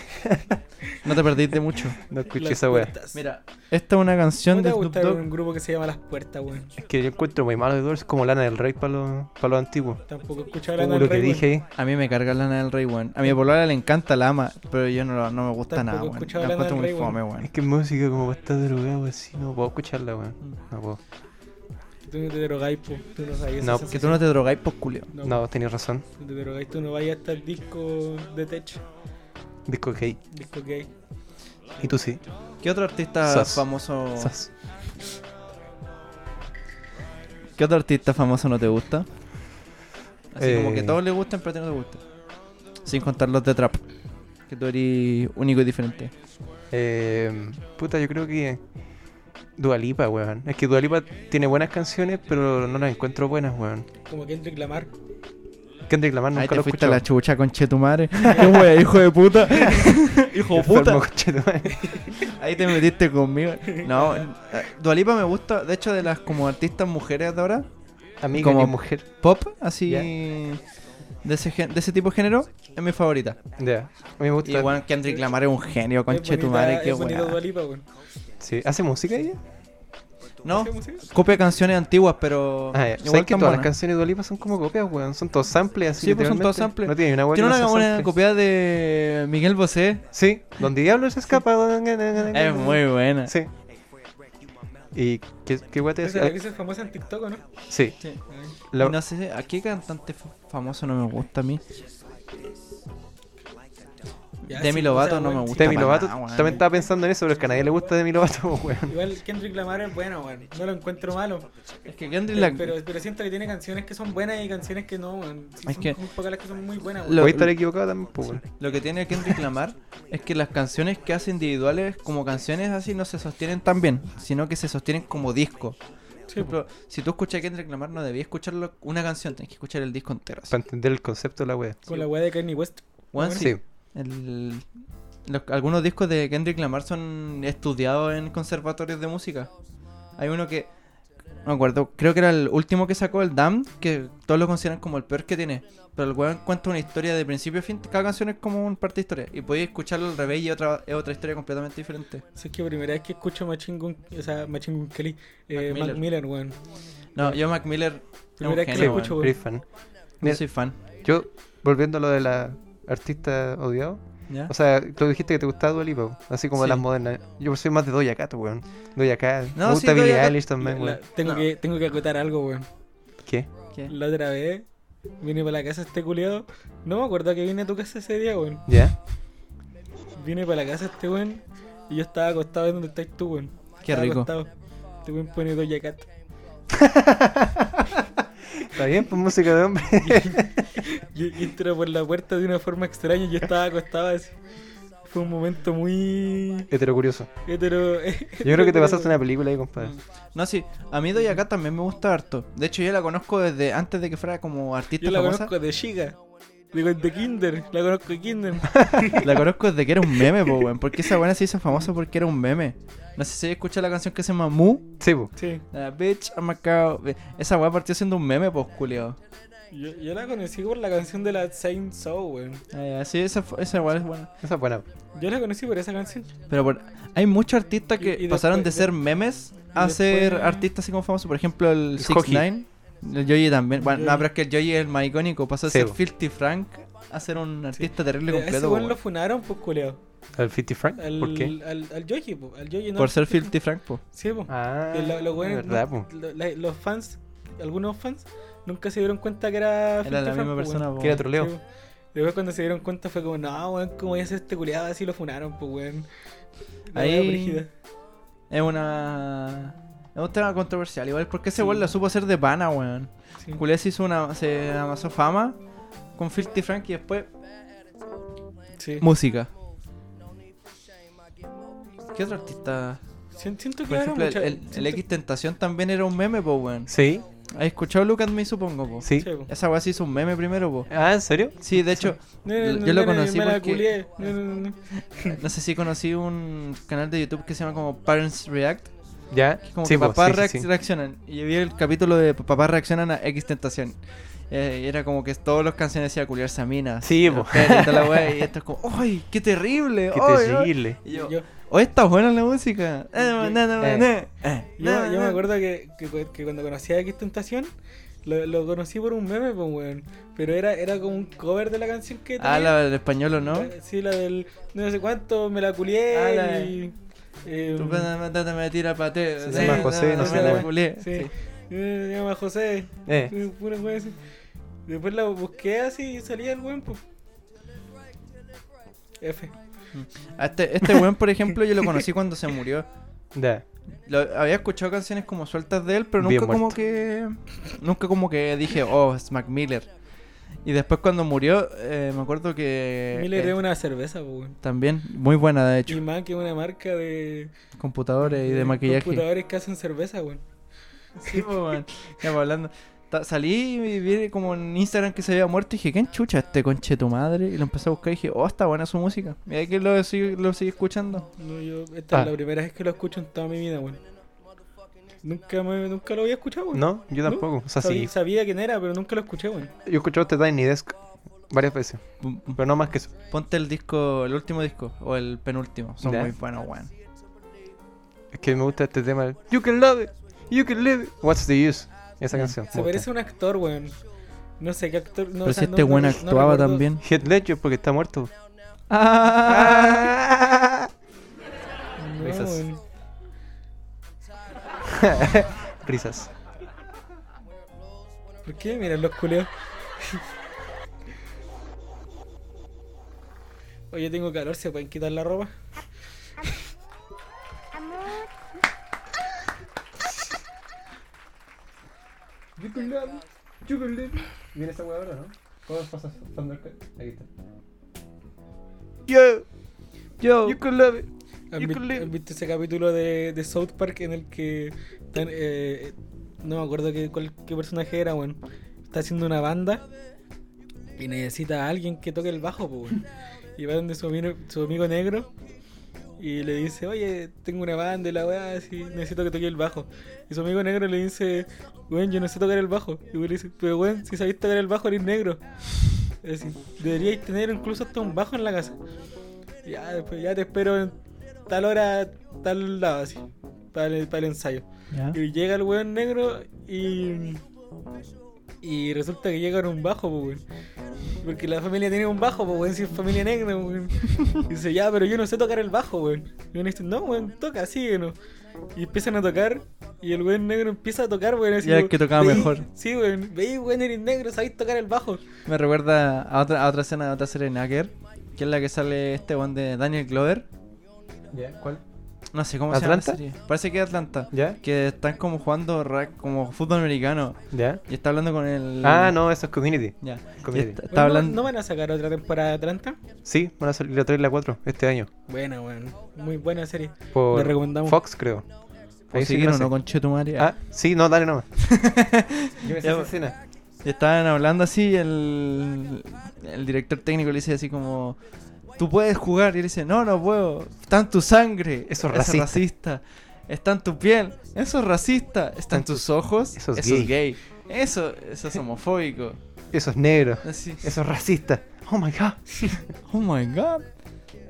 Speaker 3: No te
Speaker 1: <laughs>
Speaker 3: perdiste mucho.
Speaker 2: No escuché
Speaker 1: Las
Speaker 2: esa wea.
Speaker 1: Puertas.
Speaker 3: Mira, esta es una
Speaker 1: ¿Cómo
Speaker 3: canción
Speaker 1: te
Speaker 3: de
Speaker 1: va a
Speaker 3: Snoop
Speaker 1: gustar
Speaker 3: Dogg.
Speaker 1: un grupo que se llama Las Puertas, weón?
Speaker 2: Es que yo encuentro muy malo de Doors como Lana del Rey para los para los antiguos.
Speaker 1: Tampoco he escuchado la
Speaker 3: Uh,
Speaker 2: Como lo que dije ahí.
Speaker 3: A mí me carga Lana del Rey, weón. A mi polola le encanta, la ama, pero yo no, lo- no me gusta
Speaker 1: Tampoco
Speaker 3: nada,
Speaker 1: he
Speaker 3: weón.
Speaker 1: escuchado
Speaker 3: La
Speaker 1: Lana
Speaker 3: encuentro
Speaker 1: del
Speaker 3: muy
Speaker 1: Rey,
Speaker 3: fome, weón.
Speaker 2: Es que música como para estar drogado así, no puedo escucharla,
Speaker 3: Mm.
Speaker 2: weón. No puedo.
Speaker 1: Tú no te drogáis, po. Tú no sabías
Speaker 2: No,
Speaker 1: esa
Speaker 3: Que tú no te drogáis, pues, culio.
Speaker 1: sensación.
Speaker 2: No, tenías razón.
Speaker 1: No te drogáis, tú no vayas hasta el disco de tech,
Speaker 2: Disco gay.
Speaker 1: disco gay.
Speaker 2: Y tú sí.
Speaker 3: ¿Qué otro artista
Speaker 2: Sas.
Speaker 3: famoso...
Speaker 2: Sas.
Speaker 3: ¿Qué otro artista famoso no te gusta? Así como que
Speaker 2: Eh.
Speaker 3: todos le gustan, pero a ti no te gusta. Sin contar los de trap. Que tú eres único y diferente.
Speaker 2: Eh, puta, yo creo que. Dualipa, weón. Es que Dualipa tiene buenas canciones, pero no las encuentro buenas, weón.
Speaker 1: Como Kendrick Lamar.
Speaker 2: Kendrick Lamar
Speaker 3: Ahí
Speaker 2: nunca
Speaker 3: te
Speaker 2: lo
Speaker 3: fuiste
Speaker 2: escuché.
Speaker 3: a la chucha, conche tu madre. <laughs> ¡Qué wea, hijo de puta! ¡Hijo de puta! <laughs>
Speaker 2: <laughs>
Speaker 3: Ahí te metiste conmigo. No, eh, Dualipa me gusta. De hecho, de las como artistas mujeres de ahora,
Speaker 2: Amiga
Speaker 3: Como-
Speaker 2: como mujer.
Speaker 3: pop, así. De, ese gen- de ese tipo de género, es mi favorita.
Speaker 2: Ya. A mí me gusta.
Speaker 3: Y bueno, Kendrick Lamar es un genio, conche
Speaker 1: Es
Speaker 3: tu
Speaker 1: bonita-
Speaker 3: madre, qué
Speaker 1: es bonito Dua
Speaker 3: wea.
Speaker 1: Lipa, weón.
Speaker 2: Sí. ¿Hace música ella?
Speaker 3: No,
Speaker 1: ¿Hacemos eso?
Speaker 3: copia canciones antiguas, pero.
Speaker 2: Ah, ya.
Speaker 3: igual
Speaker 2: ¿Sabes que
Speaker 3: tan
Speaker 2: todas las
Speaker 3: buena.
Speaker 2: canciones de Dualipa son como copias, weón? Son todos samples así.
Speaker 3: Sí, pues, son
Speaker 2: literalmente.
Speaker 3: todos samples.
Speaker 2: No tiene una weón.
Speaker 3: Tiene
Speaker 2: que
Speaker 3: una,
Speaker 2: no sea
Speaker 3: una
Speaker 2: sample.
Speaker 3: copia de Miguel Bosé.
Speaker 2: Sí, donde Diablo se escapa.
Speaker 3: Es muy buena.
Speaker 2: Sí. ¿Y qué, qué weón te
Speaker 1: Esa
Speaker 2: decía?
Speaker 1: es la que hizo famosa en TikTok, ¿o ¿no? Ah,
Speaker 2: Sí.
Speaker 3: Este Sí.
Speaker 2: La-
Speaker 3: Y No sé, ¿a qué cantante fa- famoso no me gusta a mí?
Speaker 1: Ya,
Speaker 3: Demi
Speaker 1: sí,
Speaker 3: Lovato
Speaker 1: o sea,
Speaker 3: no me
Speaker 1: weón, sí.
Speaker 3: gusta.
Speaker 2: Demi
Speaker 3: pa'
Speaker 2: Lovato,
Speaker 3: nada, weón.
Speaker 2: también estaba pensando en eso, pero es que a nadie le gusta Demi Lovato, <laughs> weón.
Speaker 1: Igual Kendrick Lamar es bueno, weón. No lo encuentro malo.
Speaker 3: Es que
Speaker 2: eh,
Speaker 3: Kendrick Lamar.
Speaker 1: Pero, pero siento que tiene canciones que son buenas y canciones que no, weón. Sí,
Speaker 3: Es
Speaker 1: son
Speaker 3: que-
Speaker 1: muy pocas las que son muy buenas, weón.
Speaker 3: Lo-
Speaker 2: Voy a estar equivocado también, pues, weón.
Speaker 3: Lo que tiene Kendrick Lamar es que las canciones que hace individuales como canciones así no se sostienen tan bien, sino que se sostienen como disco. Por ejemplo, si tú escuchas a Kendrick Lamar no debías escuchar lo- una canción, tenés que escuchar el disco entero. así.
Speaker 2: Para entender el concepto de la wea.
Speaker 1: Con la weá de Kanye West.
Speaker 3: Weón,
Speaker 2: Sí.
Speaker 3: sí, el- los- algunos discos de Kendrick Lamar son estudiados en conservatorios de música. Hay uno que, no me acuerdo, creo que era el último que sacó, el Damn, que todos lo consideran como el peor que tiene. Pero el weón cuenta una historia de principio a fin, cada canción es como un parte de historia. Y podéis escucharlo al revés y otra, es otra historia completamente diferente.
Speaker 1: Si es que primera vez que escucho Machine Gun, o sea, Machine Gun Kelly, eh,
Speaker 3: Mac
Speaker 1: Mac
Speaker 3: Miller.
Speaker 1: Miller, weón.
Speaker 3: No, yo Mac Miller, es un
Speaker 1: Primera vez que
Speaker 3: genio,
Speaker 1: lo
Speaker 3: weón.
Speaker 1: escucho,
Speaker 2: Eres
Speaker 1: weón.
Speaker 2: fan.
Speaker 3: Yo soy fan.
Speaker 2: Yo, volviendo a lo de la artista odiado,
Speaker 3: ¿ya?
Speaker 2: o sea, tú dijiste que te gustaba Dua Lipa, así como
Speaker 3: Sí.
Speaker 2: las modernas. Yo soy más de Doja Cat, weón. Doja Cat.
Speaker 3: No,
Speaker 2: Me
Speaker 3: sí,
Speaker 2: gusta Billie
Speaker 3: Doja Cat.
Speaker 2: Eilish también,
Speaker 1: La-
Speaker 2: weón.
Speaker 1: tengo,
Speaker 3: No. Eh.
Speaker 1: que, tengo que acotar algo, weón.
Speaker 2: ¿Qué?
Speaker 3: ¿Qué?
Speaker 1: La otra vez vine para la casa este culiado. No me acuerdo que vine a tu casa ese día, weón.
Speaker 2: ¿Ya?
Speaker 1: Vine para la casa este weón y yo estaba acostado en donde estás tú, weón.
Speaker 3: Qué
Speaker 1: Estaba
Speaker 3: rico.
Speaker 1: acostado. Este weón pone Doja Cat.
Speaker 2: Está bien, pues música de <laughs> hombre.
Speaker 1: Yo entro por la puerta de una forma extraña y yo estaba acostado así. Fue un momento muy
Speaker 2: Hetero curioso.
Speaker 1: hetero. <laughs>
Speaker 2: Yo creo que te pasaste una película ahí, compadre.
Speaker 3: No, sí, a mí Doja Cat también me gusta harto. De hecho, yo la conozco desde antes de que fuera como artista
Speaker 1: Yo la
Speaker 3: famosa.
Speaker 1: conozco de chica. Digo, de Kinder, la conozco de Kinder.
Speaker 3: La conozco desde que era un meme, po, weón. Porque esa buena se hizo famosa porque era un meme. No sé si escuchas la canción que se llama Mu.
Speaker 2: Sí, pues.
Speaker 1: Sí,
Speaker 3: La bitch, I'm a cow. Esa weá partió siendo un meme, pues, culiao.
Speaker 1: yo, yo la conocí por la canción de la Saint Soul, weón.
Speaker 3: Ah, ya, sí, esa, fu- esa weá es buena.
Speaker 2: Esa es buena.
Speaker 1: Yo la conocí por esa canción.
Speaker 3: Pero por- hay muchos artistas que
Speaker 1: Y- y
Speaker 3: pasaron de
Speaker 1: después-
Speaker 3: ser memes a
Speaker 1: y
Speaker 3: ser
Speaker 1: después-
Speaker 3: artistas así como famosos. Por ejemplo, el
Speaker 2: El
Speaker 3: 6
Speaker 2: Joji.
Speaker 3: Nine. El Joji también. Bueno, no,
Speaker 1: Joji.
Speaker 3: pero es que el Joji es el más icónico. Pasó de
Speaker 2: Sí,
Speaker 3: ser
Speaker 2: po.
Speaker 3: Filthy Frank a ser un artista terrible
Speaker 1: Eh, A ese
Speaker 3: completo,
Speaker 1: weón
Speaker 3: po,
Speaker 1: lo
Speaker 3: weón.
Speaker 1: funaron, pues, culeo.
Speaker 2: ¿Al 50 Frank?
Speaker 1: Al,
Speaker 2: ¿Por qué?
Speaker 1: Al, al Yoji, po. Al Yoji no.
Speaker 3: Por ser Filthy Frank, pues.
Speaker 1: Sí, po.
Speaker 2: Ah,
Speaker 1: Y lo- los
Speaker 2: es
Speaker 1: weones
Speaker 2: verdad,
Speaker 1: nu-
Speaker 2: pues.
Speaker 1: lo- la- los fans, algunos fans, nunca se dieron cuenta que era.
Speaker 3: Era
Speaker 1: 50
Speaker 3: la
Speaker 1: Frank,
Speaker 3: misma
Speaker 1: po,
Speaker 3: persona,
Speaker 1: weón.
Speaker 3: po,
Speaker 2: Que era
Speaker 3: weón.
Speaker 2: troleo.
Speaker 1: Sí, po. Después cuando se dieron cuenta fue como, no, weón, ¿cómo voy a hacer este culeado así lo funaron, pues, weón? La wea
Speaker 3: Ahí-
Speaker 1: brígida.
Speaker 3: Es una. Es un tema controversial, igual, porque ese
Speaker 1: Sí.
Speaker 3: weón lo supo hacer de pana, weón.
Speaker 1: Sí.
Speaker 3: Culé se hizo una. se amasó fama con Filthy Frank y después.
Speaker 1: Sí.
Speaker 3: Música. ¿Qué otro artista?
Speaker 1: Si- Siento que
Speaker 3: Por
Speaker 1: ahora
Speaker 3: ejemplo, el,
Speaker 1: mucha-
Speaker 3: el- el
Speaker 1: siento-
Speaker 3: X Tentación también era un meme, po, weón.
Speaker 2: Sí,
Speaker 3: ¿Has escuchado Look at Me, supongo, po?
Speaker 2: sí.
Speaker 1: Sí, pues. po.
Speaker 3: Esa weá se hizo un meme primero, po.
Speaker 2: Ah, ¿en serio?
Speaker 3: Sí, de hecho,
Speaker 1: No,
Speaker 3: yo
Speaker 1: no, no,
Speaker 3: lo
Speaker 1: no, no,
Speaker 3: conocí
Speaker 1: me la
Speaker 3: porque-
Speaker 1: culié. No, no, no, no.
Speaker 3: no sé si conocí un canal de YouTube que se llama como Parents React.
Speaker 2: Ya.
Speaker 3: Como
Speaker 2: sí,
Speaker 3: que
Speaker 2: po,
Speaker 3: papás
Speaker 2: sí, sí,
Speaker 3: reac-
Speaker 2: sí.
Speaker 3: reaccionan. Y yo vi el capítulo de papás reaccionan a X Tentación. Eh, y era como que todos los canciones decía culiarse a minas.
Speaker 2: Sí,
Speaker 3: a
Speaker 2: po.
Speaker 3: mujeres y
Speaker 2: <laughs>
Speaker 3: toda la wea, y esto es como, ¡ay, qué terrible!
Speaker 2: Qué
Speaker 3: ¡ay, ay".
Speaker 2: terrible.
Speaker 3: Y yo,
Speaker 1: Yo-
Speaker 3: ¡oh, está buena la música! Eh,
Speaker 1: Yo-
Speaker 3: na, na, na,
Speaker 2: eh.
Speaker 3: na, eh,
Speaker 1: Yo,
Speaker 3: na,
Speaker 1: yo me
Speaker 3: na.
Speaker 1: acuerdo que, que cu- que cuando conocí a X Tentación, lo, lo conocí por un meme, pues, weón. Pero era, era como un cover de la canción que
Speaker 3: Ah, la del español, ¿o no?
Speaker 1: La- Eh, Sí, la del no sé cuánto, me la culié
Speaker 3: Ah, la de-
Speaker 1: y... eh,
Speaker 3: Tú puedes matarte, me tira pa' ti.
Speaker 2: Se
Speaker 3: Sí,
Speaker 2: llama
Speaker 3: na,
Speaker 2: José,
Speaker 3: na,
Speaker 2: no
Speaker 3: na,
Speaker 2: sé
Speaker 3: me
Speaker 2: la
Speaker 3: la
Speaker 2: wea.
Speaker 3: culié.
Speaker 1: sí.
Speaker 3: Sí.
Speaker 1: Eh, Se llama José.
Speaker 2: Eh,
Speaker 1: eh, pura wea así. Después la busqué así y salía el weón, pues. F.
Speaker 3: A Este, este weón, por ejemplo, yo lo conocí cuando se murió.
Speaker 2: ya.
Speaker 3: Lo- había escuchado canciones como sueltas de él, pero
Speaker 2: Bien
Speaker 3: nunca como
Speaker 2: muerto.
Speaker 3: que. Nunca como que dije, oh, es Mac Miller. Y después cuando murió, eh, me acuerdo que.
Speaker 1: Miller
Speaker 3: eh,
Speaker 1: es una cerveza, pues, weón.
Speaker 3: También, muy buena de
Speaker 1: Y
Speaker 3: hecho.
Speaker 1: Mac es una marca de...
Speaker 3: Computadores y de maquillaje.
Speaker 1: Computadores que hacen cerveza, weón.
Speaker 3: <laughs> Sí, po, weón. Ya, pues, hablando. Ta- Salí y vi como en Instagram que se había muerto y dije, ¿quién chucha este conche tu madre? Y lo empecé a buscar y dije, oh, está buena su música. Y ahí que lo sigo, lo sigo escuchando.
Speaker 1: No, yo, esta
Speaker 2: Ah.
Speaker 1: es la primera vez que lo escucho en toda mi vida, weón. Nunca, me- nunca lo había escuchado, weón.
Speaker 2: No, yo tampoco. O sea,
Speaker 1: sabía,
Speaker 2: sí.
Speaker 1: sabía quién era, pero nunca lo escuché, weón.
Speaker 2: Yo he escuchado este Tiny Desk varias veces,
Speaker 3: Pum, pum.
Speaker 2: pero no más que eso.
Speaker 3: Ponte el disco, el último disco, o el penúltimo. Son
Speaker 2: Ya.
Speaker 3: muy buenos, weón.
Speaker 2: Es que me gusta este tema. You can love it, you can live it. What's the use? Esa
Speaker 3: Ya.
Speaker 2: canción.
Speaker 1: Se parece a un actor, weón. No sé qué actor. No,
Speaker 3: Pero
Speaker 1: o sea,
Speaker 3: si
Speaker 1: no-
Speaker 3: este
Speaker 1: no-
Speaker 3: weón
Speaker 1: no
Speaker 3: actuaba
Speaker 1: recuerdo-
Speaker 3: también.
Speaker 2: Head Ledger porque está muerto.
Speaker 3: Ah,
Speaker 2: Ah,
Speaker 1: No,
Speaker 2: Risas.
Speaker 1: weón.
Speaker 2: Risas.
Speaker 1: ¿Por qué? Mira, los
Speaker 3: <laughs>
Speaker 1: culeos. Oye, tengo calor, ¿se pueden quitar la ropa?
Speaker 5: حمود
Speaker 2: You can love it, you can live it. Mira esa hueá ahora, ¿no? ¿Cómo pasas Thundercat? Aquí está. Yo,
Speaker 3: Yo,
Speaker 2: you can love it.
Speaker 1: ¿Han,
Speaker 2: You
Speaker 1: vi-
Speaker 2: can live.
Speaker 1: han visto ese capítulo de, de South Park en el que están, eh, no me acuerdo qué, cuál- qué personaje era, weón. Está haciendo una banda y necesita a alguien que toque el bajo, pues, weón. Y va donde su amigo, su amigo negro y le dice, oye, tengo una banda y la weá, así, necesito que toque el bajo. Y su amigo negro le dice, weón, yo no sé tocar el bajo. Y weón le dice, pero weón, si sabéis tocar el bajo eres negro. Es decir, deberíais tener incluso hasta un bajo en la casa. Ya, después, ya te espero en tal hora, tal lado, así, para el, para el ensayo.
Speaker 3: ¿Ah?
Speaker 7: ¿Ya?
Speaker 1: Y llega el weón negro y. Y resulta que llega con un bajo, po, weón. Porque la familia tiene un bajo, po, weón. Si es familia negra, po, weón. Y dice, ya, pero yo no sé tocar el bajo, weón. Y uno dice, no, weón, toca, síguenos. Y empiezan a tocar. Y el weón negro empieza a tocar, weón. así,
Speaker 3: Ya el
Speaker 1: weón,
Speaker 3: que tocaba
Speaker 1: "Veí,
Speaker 3: mejor".
Speaker 1: Sí, weón. Veis, weón, eres negro, sabéis tocar el bajo.
Speaker 3: Me recuerda a otra, a otra escena de otra serie de Nagger, que es la que sale este one de Daniel Glover.
Speaker 2: ¿Ya? ¿Cuál?
Speaker 3: No sé cómo se
Speaker 2: ¿Atlanta?
Speaker 3: llama la serie. Parece que es Atlanta.
Speaker 2: ¿Ya?
Speaker 3: Que están como jugando ra- como fútbol americano.
Speaker 2: ¿Ya?
Speaker 3: Y está hablando con el.
Speaker 2: Ah, no, eso es Community.
Speaker 3: Ya. Y
Speaker 2: Community.
Speaker 3: está,
Speaker 1: Weón,
Speaker 3: está
Speaker 1: ¿no-
Speaker 3: hablando.
Speaker 1: ¿no, van a sacar otra temporada de Atlanta?
Speaker 2: Sí, van a salir la 3 y la 4 este año.
Speaker 1: Buena, weón. Muy buena serie.
Speaker 2: Por
Speaker 1: Le recomendamos.
Speaker 2: Fox, creo.
Speaker 3: ¿Puedo
Speaker 2: sí
Speaker 3: seguir
Speaker 2: que
Speaker 3: o no,
Speaker 2: sé.
Speaker 3: conchetumare?
Speaker 2: Ah, sí, no, dale nomás. Yo me sé
Speaker 3: Ya,
Speaker 2: esa
Speaker 3: pues.
Speaker 2: escena.
Speaker 3: Y estaban hablando así y el, el director técnico le dice así como, tú puedes jugar. Y él dice, no, no puedo. Está en tu sangre.
Speaker 2: Eso es racista.
Speaker 3: racista. Está en tu piel. Eso es racista. Está en tus ojos.
Speaker 2: Eso es
Speaker 3: gay. Eso, eso es homofóbico.
Speaker 2: Eso es negro.
Speaker 3: Así.
Speaker 2: Eso es racista. Oh my god.
Speaker 3: Oh my god.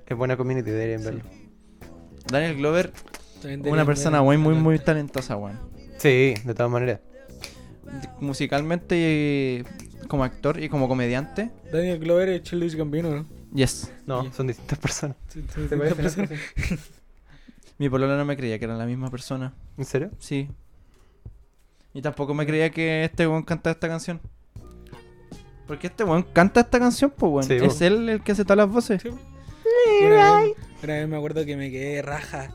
Speaker 2: Es buena community, deberían verlo.
Speaker 3: Daniel Glover,
Speaker 1: También
Speaker 3: una
Speaker 1: deberían
Speaker 3: persona
Speaker 1: ver
Speaker 3: muy, muy, muy
Speaker 1: Atlanta.
Speaker 3: talentosa, weón.
Speaker 2: Sí, de todas maneras.
Speaker 3: Musicalmente, eh, como actor y como comediante.
Speaker 1: Daniel Glover y Childish Gambino, ¿no?
Speaker 3: Yes.
Speaker 2: No,
Speaker 1: Ya.
Speaker 2: son distintas personas.
Speaker 1: Sí, sí, sí,
Speaker 2: ¿Te parece?
Speaker 1: persona.
Speaker 3: Mi polola no me creía que eran la misma persona.
Speaker 2: ¿En serio?
Speaker 3: Sí. Y tampoco me creía que este weón cantaba esta canción. Porque este weón canta esta canción, pues weón.
Speaker 2: Sí,
Speaker 3: es
Speaker 2: po.
Speaker 3: él el que hace todas las voces.
Speaker 1: Sí. Una vez, una vez me acuerdo que me quedé raja.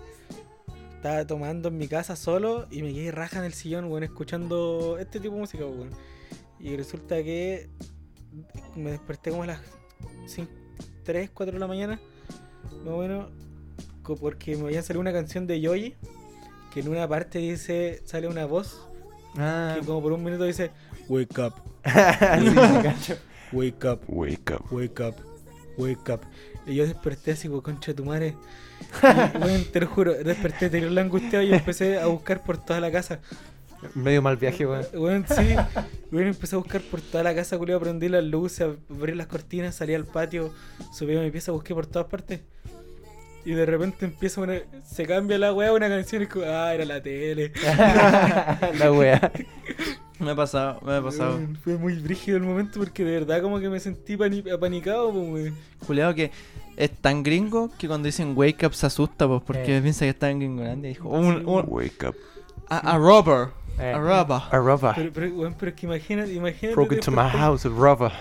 Speaker 1: Estaba tomando en mi casa solo y me quedé raja en el sillón, weón, escuchando este tipo de música, weón. Y resulta que me desperté como a las 5, 3, 4 de la mañana, más o menos, co- porque me había salido una canción de Yoyi, que en una parte dice, sale una voz,
Speaker 2: Ah,
Speaker 1: que como por un minuto dice, Wake up, wake up,
Speaker 2: Wake up.
Speaker 1: wake up, wake up. Y yo desperté así, como concha de tu madre. Y, weón, te lo juro, desperté, tenía la angustia y empecé a buscar por toda la casa.
Speaker 2: Medio mal viaje, weón.
Speaker 1: Weón, sí, weón, empecé a buscar por toda la casa, culiao, prendí las luces, abrí las cortinas, salí al patio, subí a mi pieza, busqué por todas partes. Y de repente empieza una. Se cambia la weá, una canción y es como, ah, era la tele.
Speaker 2: <laughs> la
Speaker 4: <laughs>
Speaker 2: wea.
Speaker 3: Me ha pasado, me ha pasado.
Speaker 1: Weón, Fue muy brígido el momento porque de verdad como que me sentí pani- apanicado, pues, weón.
Speaker 3: Juliado que es tan gringo que cuando dicen wake up se asusta, pues,
Speaker 2: Eh.
Speaker 3: porque piensa que está en Gringolandia. Dijo, un, wake up. A, a robber.
Speaker 2: Eh.
Speaker 3: A robber.
Speaker 2: A rubber.
Speaker 1: Pero, pero, weón, pero es que imagínate, imagínate.
Speaker 2: Broke into my
Speaker 1: despertar-
Speaker 2: house, a rubber.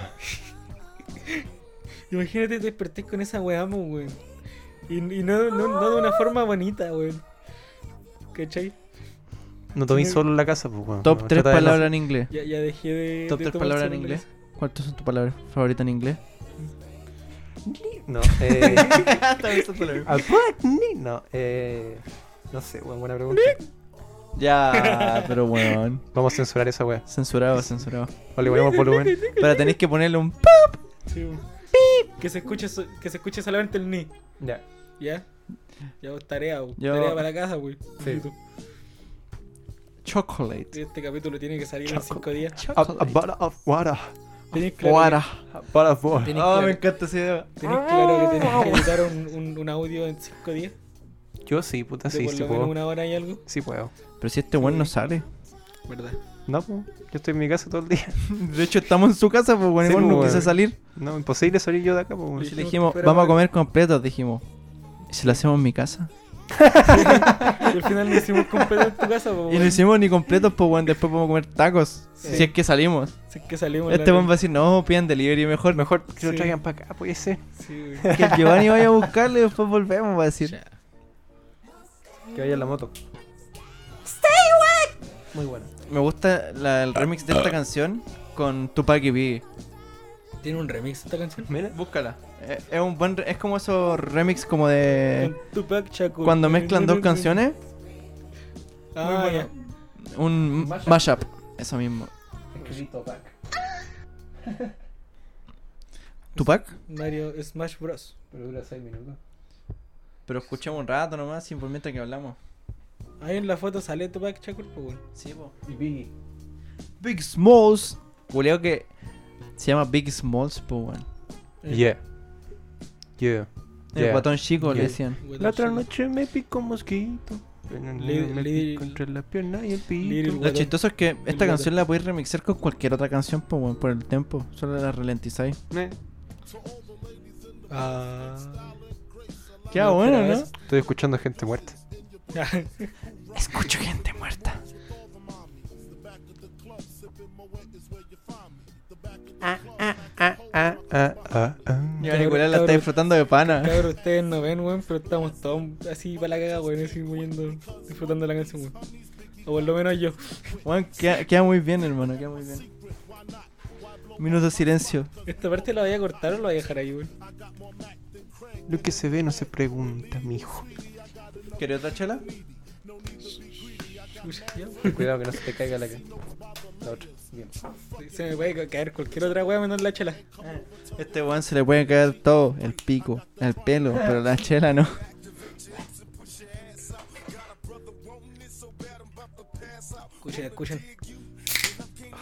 Speaker 1: Imagínate te despertés con esa weá, mo, weón. Y, y no, no, no de una forma bonita, weón. ¿Cachai?
Speaker 2: No tomé solo en la casa, pues, weón.
Speaker 3: Top
Speaker 2: No,
Speaker 3: 3
Speaker 2: trata de no-
Speaker 3: palabras en inglés.
Speaker 1: Ya, ya dejé de.
Speaker 3: Top
Speaker 1: de
Speaker 3: 3
Speaker 1: tomar
Speaker 3: palabras en
Speaker 1: celulares.
Speaker 3: inglés. ¿Cuántas son tus palabras favoritas
Speaker 2: <laughs>
Speaker 3: en inglés?
Speaker 2: <laughs> No, eh. <laughs>
Speaker 3: Ah,
Speaker 2: a black ni- No, eh. No sé, weón, buena pregunta.
Speaker 3: ya, pero weón.
Speaker 2: Vamos a censurar esa wea.
Speaker 3: Censurado, censurado.
Speaker 2: O le ponemos <laughs> volumen.
Speaker 3: Pero tenéis que ponerle un
Speaker 1: Sí, weón. que se escuche so- que se escuche solamente el ni,
Speaker 2: Ya.
Speaker 1: ¿ya? Ya vos tarea, vos.
Speaker 3: Yo-
Speaker 1: Tarea para la casa, weón.
Speaker 2: Sí.
Speaker 3: chocolate.
Speaker 1: Este capítulo tiene que salir en 5 días.
Speaker 2: A, a bottle of water.
Speaker 1: Tenés claro,
Speaker 3: Guara.
Speaker 2: A bottle of water.
Speaker 1: Tenés
Speaker 3: Oh,
Speaker 1: claro-
Speaker 3: me encanta ese video.
Speaker 1: tenés claro que tenés que editar un, un, un audio en 5 días.
Speaker 2: Yo sí, puta,
Speaker 1: de
Speaker 2: sí,
Speaker 1: por
Speaker 2: sí
Speaker 1: lo menos
Speaker 2: puedo.
Speaker 1: una hora y algo.
Speaker 2: Sí puedo.
Speaker 3: Pero si este weón no sale.
Speaker 1: ¿Verdad?
Speaker 2: No, pues, yo estoy en mi casa todo el día. <laughs>
Speaker 3: De hecho, estamos en su casa, pues bueno,
Speaker 2: Sí,
Speaker 3: igual no
Speaker 2: pues,
Speaker 3: quiso
Speaker 2: weón.
Speaker 3: salir.
Speaker 2: No, imposible salir yo de acá, pues. weón.
Speaker 1: Sí.
Speaker 3: Y le dijimos,
Speaker 1: Pero-
Speaker 3: vamos a comer completos, dijimos. ¿Y si lo hacemos en mi casa?
Speaker 1: Y al final lo hicimos completo en tu casa, po,
Speaker 3: <laughs> Y no
Speaker 1: weón.
Speaker 3: hicimos ni completos, pues bueno, después podemos comer tacos.
Speaker 1: Sí.
Speaker 3: Si es que salimos.
Speaker 1: Si es que salimos. en la
Speaker 3: Este weón va
Speaker 1: noche.
Speaker 3: a decir, no, pidan delivery mejor.
Speaker 2: Mejor
Speaker 3: <laughs>
Speaker 2: que lo
Speaker 1: Sí.
Speaker 2: traigan para acá, puede ser.
Speaker 1: Sí, weón.
Speaker 3: Que el Giovanni vaya a buscarlo y después volvemos, va a decir.
Speaker 2: Que vaya la moto. Stay away. Muy bueno.
Speaker 3: Me gusta la- el remix de esta canción con Tupac y Biggie.
Speaker 1: ¿Tiene un remix esta canción?
Speaker 2: Mira.
Speaker 3: Búscala. Eh, Es un buen, re- es como esos remix como de...
Speaker 1: Con Tupac Shakur.
Speaker 3: Eh, Cuando mezclan dos canciones,
Speaker 1: Ah, ya.
Speaker 3: un
Speaker 4: Mashup.
Speaker 3: mashup. Eso mismo.
Speaker 4: Escribí Topac.
Speaker 3: ¿Tupac?
Speaker 1: Mario Smash Bros.
Speaker 4: Pero dura 6 minutos.
Speaker 3: Pero escuchemos un rato nomás, sin por mientras que hablamos.
Speaker 1: Ahí en la foto sale Tupac Shakur, pues, weón.
Speaker 3: Sí, po.
Speaker 4: Y Biggie.
Speaker 3: Big Smalls. Culeo que se llama Big Smalls, po, weón.
Speaker 1: Eh,
Speaker 2: Yeah. Yeah.
Speaker 3: El
Speaker 2: yeah.
Speaker 3: guatón chico le
Speaker 2: Yeah.
Speaker 3: decían.
Speaker 1: Weón,
Speaker 2: La otra
Speaker 1: sí.
Speaker 2: noche me picó un mosquito. En el
Speaker 1: Lil-
Speaker 2: me
Speaker 1: Lil-
Speaker 2: picó entre la pierna y el
Speaker 1: Lil
Speaker 2: pito.
Speaker 3: Lo
Speaker 1: Guatón.
Speaker 3: chistoso es que esta
Speaker 1: guatón.
Speaker 3: canción la podéis remixar con cualquier otra canción, po, weón, por el tiempo. Solo la ralentizáis.
Speaker 2: Eh. Ah,
Speaker 3: Qué
Speaker 1: No,
Speaker 3: bueno,
Speaker 1: pero <laughs>
Speaker 3: ¿no?
Speaker 1: es-
Speaker 2: estoy escuchando gente muerta.
Speaker 3: Escucho gente muerta.
Speaker 2: Ah, ah, ah, ah.
Speaker 3: Ya
Speaker 1: Cabrón,
Speaker 3: Nicolás la está
Speaker 1: cabrón.
Speaker 3: disfrutando de pana.
Speaker 1: Cabrón, ustedes no ven, weón, pero estamos todos así para la cagada, weón, así muriendo, disfrutando la canción, weón. O por lo menos yo.
Speaker 3: Weón, queda, queda muy bien, hermano, queda muy bien. Minuto de silencio.
Speaker 1: Esta parte la voy a cortar o la voy a dejar ahí, weón.
Speaker 2: Lo que se ve no se pregunta, mijo.
Speaker 3: ¿Querés otra chela?
Speaker 1: Chucha, ya, weón.
Speaker 4: <laughs> Cuidado que no se te caiga la, la otra. Bien.
Speaker 1: Se me puede caer cualquier otra weá menos la chela.
Speaker 3: Este weón se le puede caer todo, el pico, el pelo, pero la chela no.
Speaker 1: Escuchen, escuchen.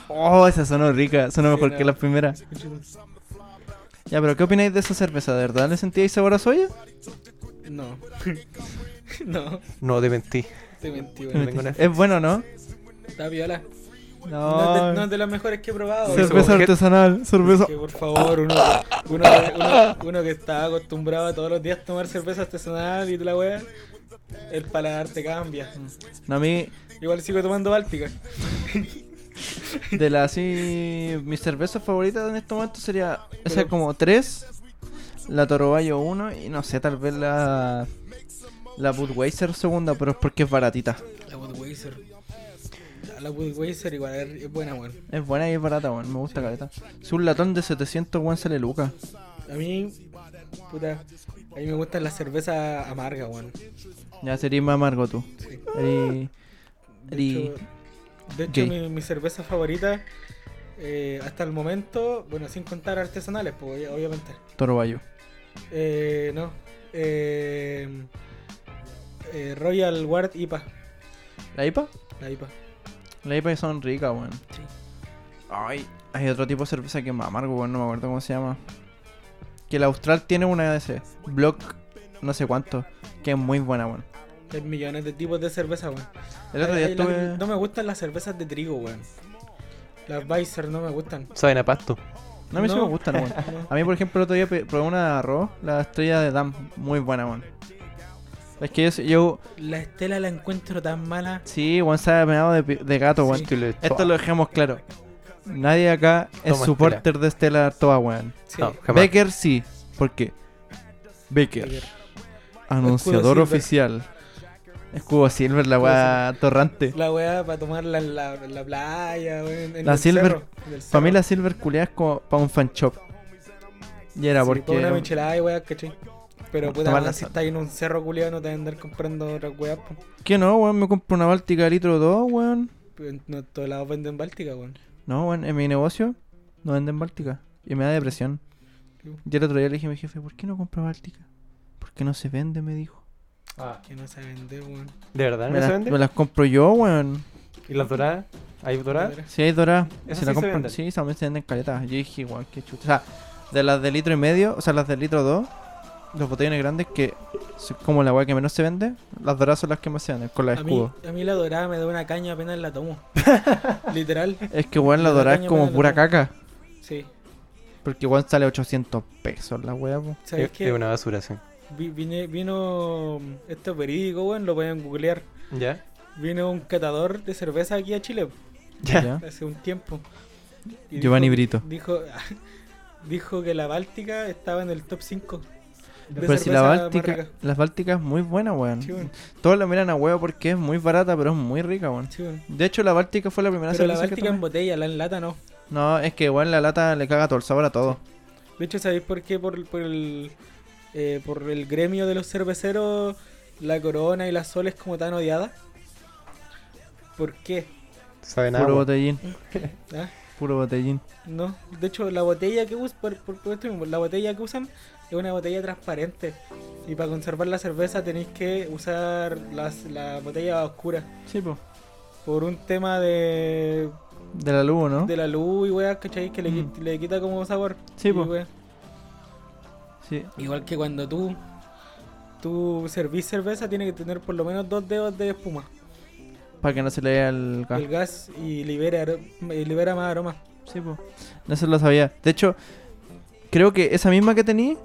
Speaker 3: Oh, esa sonó rica, sonó
Speaker 1: Sí,
Speaker 3: mejor
Speaker 1: no.
Speaker 3: que la primera. Ya, pero ¿qué opináis de esa cerveza? ¿De verdad le sentíais sabor a soya?
Speaker 1: No. <laughs> no,
Speaker 2: No, de mentí.
Speaker 1: te mentí,
Speaker 2: No
Speaker 1: weón.
Speaker 2: tengo nada.
Speaker 3: Es bueno, ¿no?
Speaker 1: Está viola. No, es de, no
Speaker 3: No.
Speaker 1: es de las mejores que he probado.
Speaker 2: Cerveza
Speaker 1: weón.
Speaker 3: Cerveza artesanal, cerveza.
Speaker 1: Que por favor, uno, uno, uno- uno que está acostumbrado a todos los días tomar cerveza artesanal y toda la weá, el paladar te cambia.
Speaker 3: No, a mí,
Speaker 1: Igual sigo tomando Báltica.
Speaker 3: de la así, mi cerveza favorita en este momento sería esa como tres, la Toro Bayo 1 y no sé, tal vez la la Budweiser segunda, pero es porque es baratita.
Speaker 1: La Budweiser. La Budweiser igual es es buena, weón.
Speaker 3: Es buena y es barata, weón, me gusta caleta. Si un latón de 700 weón sale lucas.
Speaker 1: A mí, puta, a mí me gustan las cervezas amargas, weón.
Speaker 3: Ya serías más amargo tú.
Speaker 1: Sí.
Speaker 3: Eri-
Speaker 1: De
Speaker 3: Eri-
Speaker 1: hecho, de hecho,
Speaker 3: Gay.
Speaker 1: mi, mi cerveza favorita eh, hasta el momento, bueno, sin contar artesanales, pues obviamente.
Speaker 3: Toro Bayo.
Speaker 1: Eh, no. Eh, eh, Royal Guard IPA.
Speaker 3: ¿La IPA?
Speaker 1: La IPA.
Speaker 3: Las IPA son ricas, weón. Ay, hay otro tipo de cerveza que es más amargo, weón, no me acuerdo cómo se llama. Que la Austral tiene una de ese. Block, no sé cuánto. Que es muy buena, weón.
Speaker 1: Hay millones de tipos de cerveza, weón.
Speaker 3: El otro día
Speaker 1: Ay, las-
Speaker 3: estuve.
Speaker 1: No me gustan las cervezas de trigo, weón. Las Weiser no me gustan.
Speaker 2: Saben a pasto.
Speaker 3: No, a mí sí me
Speaker 1: no. <laughs>
Speaker 3: gustan, weón.
Speaker 1: No.
Speaker 3: A mí, por ejemplo, el otro día pe- probé una de arroz, la estrella de Dam. Muy buena, weón. Es que yo, yo
Speaker 1: La Estela la encuentro tan mala.
Speaker 3: sí, weón, sabe meado de, pi- de gato, weón.
Speaker 2: Tú le-
Speaker 3: Esto lo dejamos claro. Nadie acá es
Speaker 2: Toma,
Speaker 3: supporter de Stella Artois, weón.
Speaker 1: Sí.
Speaker 2: No, jamás.
Speaker 3: Becker sí. ¿Por qué? Becker,
Speaker 1: Becker.
Speaker 3: anunciador
Speaker 1: Escudo Silver.
Speaker 3: oficial. Escudo Silver, la
Speaker 1: Escudo
Speaker 3: weá torrante.
Speaker 1: La weá para tomarla en la, en la playa, weón. en
Speaker 3: La
Speaker 1: el
Speaker 3: Silver.
Speaker 1: cerro, en el cerro.
Speaker 3: Para mí la Silver culeada es como para un fan shop. Y era
Speaker 1: Sí,
Speaker 3: porque...
Speaker 1: pa' una
Speaker 3: era un-
Speaker 1: michelada y weá, cachai. Pero puta,
Speaker 3: Tomarla
Speaker 1: weón, si
Speaker 3: sal-
Speaker 1: estás en un cerro culiado no te van a andar comprando otras weas, po.
Speaker 3: ¿Qué no, weón? Me compro una Báltica de litro 2, weón.
Speaker 1: En no, todos lados venden Báltica, weón.
Speaker 3: No, weón, en mi negocio no venden Báltica. Y me da depresión.
Speaker 1: Sí.
Speaker 3: Y el otro día le dije a mi jefe, ¿por qué no compra Báltica? ¿Por qué no se vende? Me dijo.
Speaker 2: Ah,
Speaker 1: Que no se vende, weón.
Speaker 2: ¿De verdad no
Speaker 3: Me,
Speaker 2: se
Speaker 3: las-
Speaker 2: vende?
Speaker 3: me las compro yo, weón.
Speaker 2: ¿Y las doradas? ¿Hay doradas?
Speaker 3: Sí, hay doradas.
Speaker 2: Esas
Speaker 3: Si la
Speaker 2: sí se
Speaker 3: compran-
Speaker 2: venden.
Speaker 3: sí, también se venden caletas. Yo dije, igual, qué chuta. O sea, de las de litro y medio, o sea, las de litro 2, los botellones grandes que son como la weá que menos se vende, las doradas son las que más se venden, con la de
Speaker 1: A mí,
Speaker 3: escudo.
Speaker 1: a mí la dorada me da una caña apenas la
Speaker 3: <laughs>
Speaker 1: tomo. Literal,
Speaker 3: Es que, weón, la
Speaker 1: La
Speaker 3: dorada es
Speaker 1: caña
Speaker 3: como
Speaker 1: me da
Speaker 3: pura
Speaker 1: la
Speaker 3: caca.
Speaker 1: sí.
Speaker 3: Porque, weón, sale 800 pesos la
Speaker 1: <laughs>
Speaker 3: weá, po.
Speaker 1: ¿Sabes
Speaker 2: Es
Speaker 1: qué?
Speaker 2: una basura, sí.
Speaker 1: Vi- vine- vino. Esto es verídico, weón, lo pueden googlear.
Speaker 2: ¿Ya?
Speaker 1: Vino un catador de cerveza aquí a Chile
Speaker 3: ¿Ya?
Speaker 1: hace un tiempo. Y
Speaker 3: ¿Ah? Giovanni
Speaker 1: dijo-
Speaker 3: Brito.
Speaker 1: Dijo, <laughs> dijo que la Báltica estaba en el top 5.
Speaker 3: Pero si la Báltica, las Bálticas es muy buena, weón. Todos la miran a huevo porque es muy barata, pero es muy rica, weón. De hecho, la Báltica fue la primera
Speaker 1: Pero la
Speaker 3: cerveza que
Speaker 1: Báltica en
Speaker 3: tomé.
Speaker 1: botella, la en lata no.
Speaker 3: No, es que, weón, la lata le caga todo el sabor a todo.
Speaker 1: De hecho, ¿sabéis por qué? Por, por el, eh, por el gremio de los cerveceros, la corona y la sol es como tan odiada. ¿Por qué?
Speaker 2: ¿Saben
Speaker 3: Puro
Speaker 2: agua?
Speaker 3: botellín.
Speaker 1: ¿Ah?
Speaker 3: Puro botellín.
Speaker 1: No, de hecho la botella que usan, por, por- por esto mismo, la botella que usan es una botella transparente. Y para conservar la cerveza tenéis que usar las, la botella oscura.
Speaker 3: Sí, po.
Speaker 1: Por un tema de,
Speaker 3: De la luz, ¿no? Mm.
Speaker 1: de la luz y weas, ¿cachai? Que le, qui- le quita como sabor.
Speaker 3: Sí,
Speaker 1: Y,
Speaker 3: po.
Speaker 1: wea,
Speaker 3: Sí.
Speaker 1: Igual que cuando tú, tú servís cerveza, tiene que tener por lo menos dos dedos de espuma.
Speaker 3: Para que no se le vea el gas.
Speaker 1: El gas y libera, aro- y libera más aroma.
Speaker 3: Sí, po. No se lo sabía. De hecho, creo que esa misma que tení,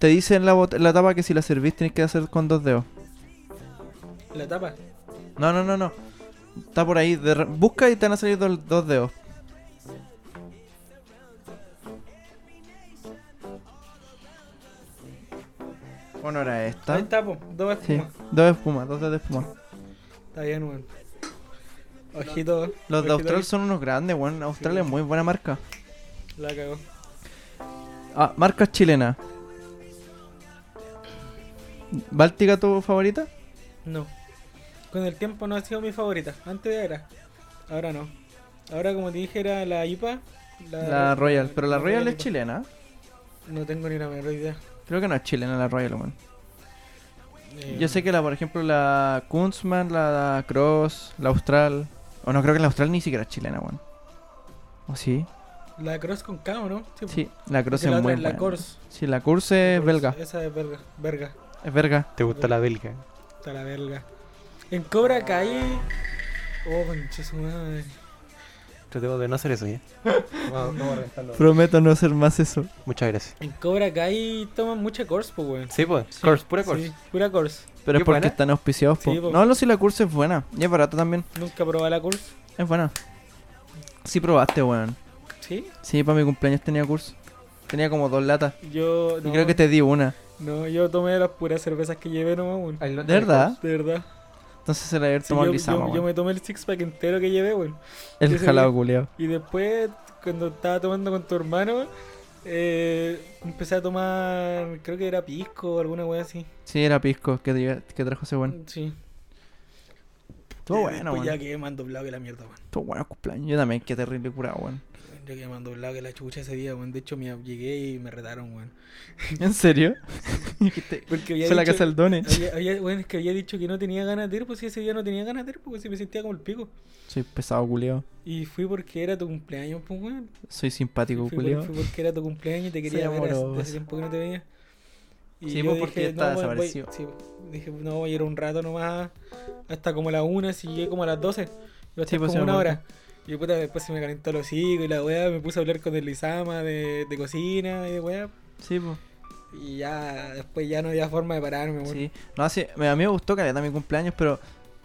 Speaker 3: te dice en la, bot- en la tapa que si la servís tenés que hacer con dos dedos.
Speaker 1: La tapa.
Speaker 3: No, no, no, no. Está por ahí. de re- Busca y te van a salir dos, dos dedos. Bueno, era esta.
Speaker 1: Ahí está, po, dos
Speaker 3: Sí,
Speaker 1: espumas.
Speaker 3: dos de espuma, dos dedos de espuma.
Speaker 1: Está bien, weón. Ojito.
Speaker 3: Los de
Speaker 1: ojito
Speaker 3: Austral son unos grandes, weón. Austral es muy buena marca.
Speaker 1: que La cagó.
Speaker 3: Ah, marcas chilenas. ¿Báltica tu favorita?
Speaker 1: No. Con el tiempo no ha sido mi favorita. Antes era. Ahora no. Ahora, como te dije, era la IPA.
Speaker 3: La Royal. Pero la Royal es
Speaker 1: IPA.
Speaker 3: chilena.
Speaker 1: No tengo ni la menor idea.
Speaker 3: Creo que no es chilena la Royal, weón.
Speaker 1: Eh,
Speaker 3: Yo sé que la, por ejemplo, la Kunzman, la Cross, la Austral. O no, creo que la Austral ni siquiera es chilena, weón. ¿O sí?
Speaker 1: La Cross con K, ¿o ¿no? po.
Speaker 3: Sí, la
Speaker 1: Porque
Speaker 3: Cross es
Speaker 1: la otra
Speaker 3: muy
Speaker 1: es
Speaker 3: buena.
Speaker 1: La Corse.
Speaker 3: Sí, la Curse es
Speaker 1: Corse,
Speaker 3: belga.
Speaker 1: Esa es belga. Verga.
Speaker 3: Es verga.
Speaker 2: ¿Te gusta la belga?
Speaker 1: Está la verga. En Cobra Kai. Oh, concha su madre.
Speaker 2: Tratemos de no hacer eso ya. <laughs> Vamos, vamos a rentarlo.
Speaker 3: Prometo no hacer más eso.
Speaker 2: Muchas gracias.
Speaker 1: En Cobra Kai toman mucha Corse, pues, weón.
Speaker 2: Sí, pues. Course, pura course.
Speaker 1: Sí, pura Corse.
Speaker 3: Pero
Speaker 2: ¿Qué
Speaker 3: es porque
Speaker 2: buena?
Speaker 3: están auspiciados por...
Speaker 1: Sí, po.
Speaker 3: No, no, si la Curse es buena. Y es barata también.
Speaker 1: Nunca probé la Corse.
Speaker 3: Es buena. Sí probaste, weón.
Speaker 1: Sí.
Speaker 3: Sí, para mi cumpleaños tenía Curse. Tenía como dos latas.
Speaker 1: Yo.
Speaker 3: Y
Speaker 1: No,
Speaker 3: creo que te di una.
Speaker 1: no, yo tomé las puras cervezas que llevé nomás, weón.
Speaker 3: ¿De verdad?
Speaker 1: De verdad.
Speaker 3: Entonces se la había
Speaker 1: Sí,
Speaker 3: tomado
Speaker 1: yo,
Speaker 3: el Lizama,
Speaker 1: yo- yo
Speaker 3: ¿Ah? weón.
Speaker 1: me tomé el six pack entero que llevé, weón.
Speaker 3: El
Speaker 1: yo se-
Speaker 3: jalado culiao.
Speaker 1: Y después, cuando estaba tomando con tu hermano, eh, empecé a tomar. Creo que era pisco o alguna weá así.
Speaker 3: Sí, era pisco que, lle- que trajo ese weón.
Speaker 1: Sí.
Speaker 3: Estuvo
Speaker 1: Y
Speaker 3: bueno,
Speaker 1: después
Speaker 3: weón.
Speaker 1: pues, Ya quedé más doblado que la mierda, weón.
Speaker 3: Estuvo bueno el cumpleaños. Yo también, qué terrible curado,
Speaker 1: <laughs>
Speaker 3: weón.
Speaker 1: Yo quedé más doblado que la chucha ese día, weón. De hecho, me llegué y me retaron, weón.
Speaker 3: ¿En serio? <laughs> Dijiste,
Speaker 1: Porque
Speaker 3: Fue
Speaker 1: había
Speaker 3: a la
Speaker 1: dicho-
Speaker 3: casa del Done.
Speaker 1: <laughs> había- había- weón, es que había dicho que no tenía ganas de ir, pues si ese día no tenía ganas de ir, porque si me sentía como el pico.
Speaker 3: Soy pesado, culiao.
Speaker 1: Y fui porque era tu cumpleaños, pues, weón.
Speaker 3: Soy simpático,
Speaker 1: Fui por-
Speaker 3: culiao.
Speaker 1: fui porque era tu cumpleaños y te quería
Speaker 3: Soy
Speaker 1: ver hace-
Speaker 3: amoroso.
Speaker 1: hace tiempo que no te veía.
Speaker 3: Sí, pues, porque estaba
Speaker 1: voy- voy-
Speaker 3: desaparecido.
Speaker 1: sí, dije, no, voy a ir un rato nomás, hasta como la una, si llegué como a las 12. Iba a
Speaker 3: Sí,
Speaker 1: estar
Speaker 3: pues, sí,
Speaker 1: como una
Speaker 3: me acuerdo.
Speaker 1: hora. Y puta, después se me calentó el hocico y la weá, me puse a hablar con el Lizama de, de cocina y de weá.
Speaker 3: Sí, pues. po.
Speaker 1: Y ya, después ya no había forma de pararme, weón.
Speaker 3: Sí. No, sí, me- a mí me gustó caleta mi cumpleaños, pero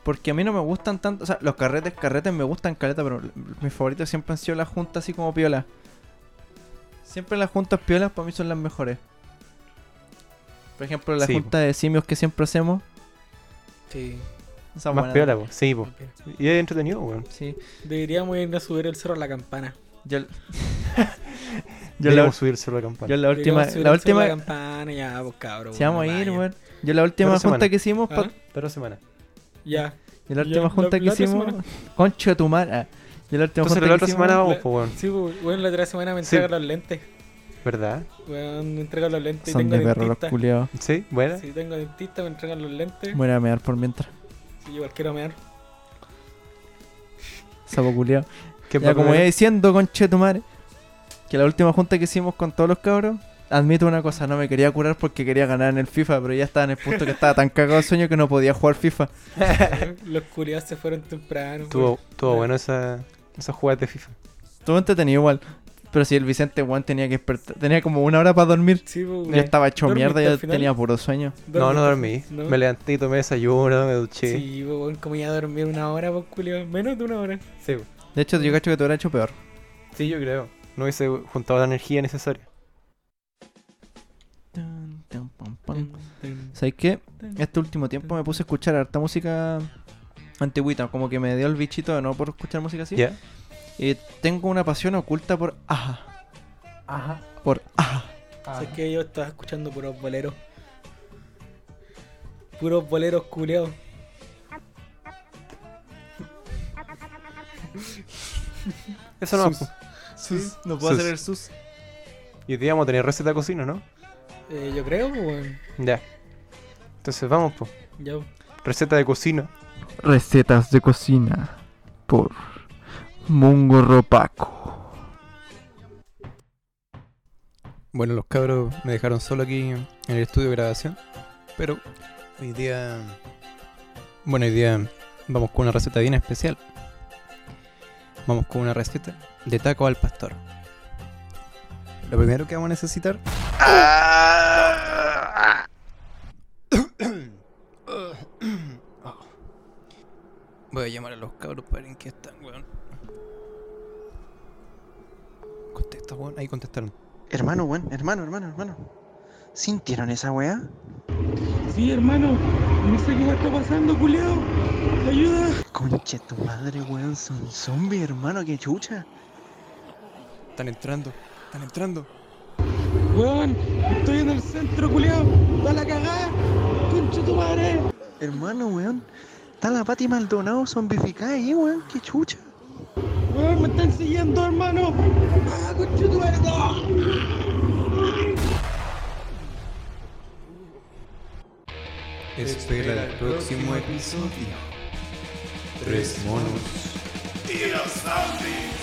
Speaker 3: porque a mí no me gustan tanto, o sea, los carretes, carretes me gustan caleta, pero l- mis favoritos siempre han sido las juntas así como piola. Siempre las juntas piolas para mí son las mejores. Por ejemplo, la
Speaker 2: Sí, po.
Speaker 3: junta de simios que siempre hacemos.
Speaker 1: Sí.
Speaker 3: esa
Speaker 2: Más
Speaker 3: buena.
Speaker 2: piola, pues. Sí, pues. Y es entretenido, weón.
Speaker 3: Sí.
Speaker 1: Deberíamos irnos a subir el cerro a la campana.
Speaker 2: <laughs>
Speaker 3: Yo, yo la,
Speaker 2: Debemos subirse a la campana.
Speaker 3: yo la última,
Speaker 1: Deberíamos subir
Speaker 3: la
Speaker 1: el cerro a
Speaker 3: última,
Speaker 1: la campana, ya, pues cabrón.
Speaker 3: si vamos a
Speaker 1: no
Speaker 3: ir,
Speaker 1: vayan.
Speaker 3: weón. Yo la última
Speaker 2: Pero
Speaker 3: junta
Speaker 2: semana.
Speaker 3: que hicimos, pa-
Speaker 1: Ah,
Speaker 2: Pero semana.
Speaker 1: Ya.
Speaker 3: y la
Speaker 1: Ya,
Speaker 3: última
Speaker 1: la-
Speaker 3: junta que
Speaker 1: la otra
Speaker 3: hicimos,
Speaker 1: semana.
Speaker 3: concho de tu madre. ah. Y la última
Speaker 2: Entonces
Speaker 3: junta
Speaker 2: la
Speaker 3: que
Speaker 2: otra
Speaker 3: hicimos-
Speaker 2: semana vamos,
Speaker 1: la-
Speaker 2: pues, weón.
Speaker 1: Sí, pues, weón, la otra semana me
Speaker 2: Sí.
Speaker 1: entregan los lentes.
Speaker 2: ¿Verdad?
Speaker 1: Weón, me entregan los lentes y
Speaker 3: son de
Speaker 1: tengo
Speaker 3: perro los
Speaker 1: dentista.
Speaker 3: culiados.
Speaker 2: Sí, buena.
Speaker 1: Si tengo dentista, me entregan los lentes.
Speaker 3: Voy a ir a mear por mientras.
Speaker 1: Si yo igual quiero mear. <laughs>
Speaker 3: Sapo culiao.
Speaker 2: ¿Qué
Speaker 3: Ya
Speaker 2: pasa
Speaker 3: como
Speaker 2: con-
Speaker 3: iba diciendo, conche tu madre, que la última junta que hicimos con todos los cabros, admito una cosa, no me quería curar porque quería ganar en el FIFA, pero ya estaba en el punto que estaba tan cagado de sueño que no podía jugar FIFA.
Speaker 1: los culiados se fueron temprano.
Speaker 2: Tuvo, tuvo bueno esa, esa jugada de FIFA.
Speaker 3: Todo entretenido igual. Pero si el Vicente Juan tenía que despertar, tenía como una hora para dormir.
Speaker 1: Sí, pues,
Speaker 3: Yo estaba hecho
Speaker 1: ¿Dormiste
Speaker 3: mierda, yo
Speaker 1: al final?
Speaker 3: tenía puro sueño.
Speaker 2: No, no dormí.
Speaker 1: ¿No?
Speaker 2: Me levanté y tomé desayuno, me duché.
Speaker 1: Sí, pues, weón, como ya a dormir una hora, pues, culiado. Menos de una hora.
Speaker 2: Sí, weón.
Speaker 3: De hecho, yo cacho que tú hubieras hecho peor.
Speaker 2: Sí, yo creo. No hubiese juntado la energía necesaria.
Speaker 3: Tan, tan, pam, pam.
Speaker 1: Mm.
Speaker 3: ¿Sabes qué? Este último tiempo me puse a escuchar harta música antigüita, como que me dio el bichito de no por escuchar música así.
Speaker 2: ¿Ya?
Speaker 3: Y tengo una pasión oculta por Aja.
Speaker 4: Ajá.
Speaker 3: Por Aja.
Speaker 1: ¿Sabes que Yo estaba escuchando puros boleros. Puros boleros culiados.
Speaker 2: Eso no.
Speaker 1: Sus-
Speaker 8: Sus. No puedo
Speaker 2: Sus.
Speaker 8: hacer el sus.
Speaker 2: Y hoy día vamos a tener receta de cocina, ¿no?
Speaker 1: Eh, yo creo, pues, weón.
Speaker 2: Ya. Entonces vamos, pues.
Speaker 1: Ya. pues.
Speaker 2: Receta de cocina.
Speaker 9: Recetas de cocina por Mungo Ropaco.
Speaker 2: Bueno, los cabros me dejaron solo aquí en el estudio de grabación. Pero hoy día. Bueno, hoy día vamos con una receta bien especial. Vamos con una receta de taco al pastor. Lo primero que vamos a necesitar. Voy a llamar a los cabros para ver en qué están, weón. Contesta, weón. Ahí contestaron.
Speaker 3: Hermano, weón, hermano, hermano, hermano. ¿Sintieron esa weá?
Speaker 10: Sí, hermano. No sé qué está pasando, culiao. Ayuda.
Speaker 3: Conche tu madre, weón, son zombies, hermano, que chucha.
Speaker 2: Están entrando, están entrando.
Speaker 10: Weón, estoy en el centro, culiao. Va la cagada. Concha tu madre.
Speaker 3: Hermano, weón. Está la Pati Maldonado zombificada ahí, weón, que chucha.
Speaker 10: Weón, me están siguiendo, hermano. Ah, concha tu madre. no.
Speaker 2: Espera el próximo episodio. Tres monos.
Speaker 11: Dinosaurios.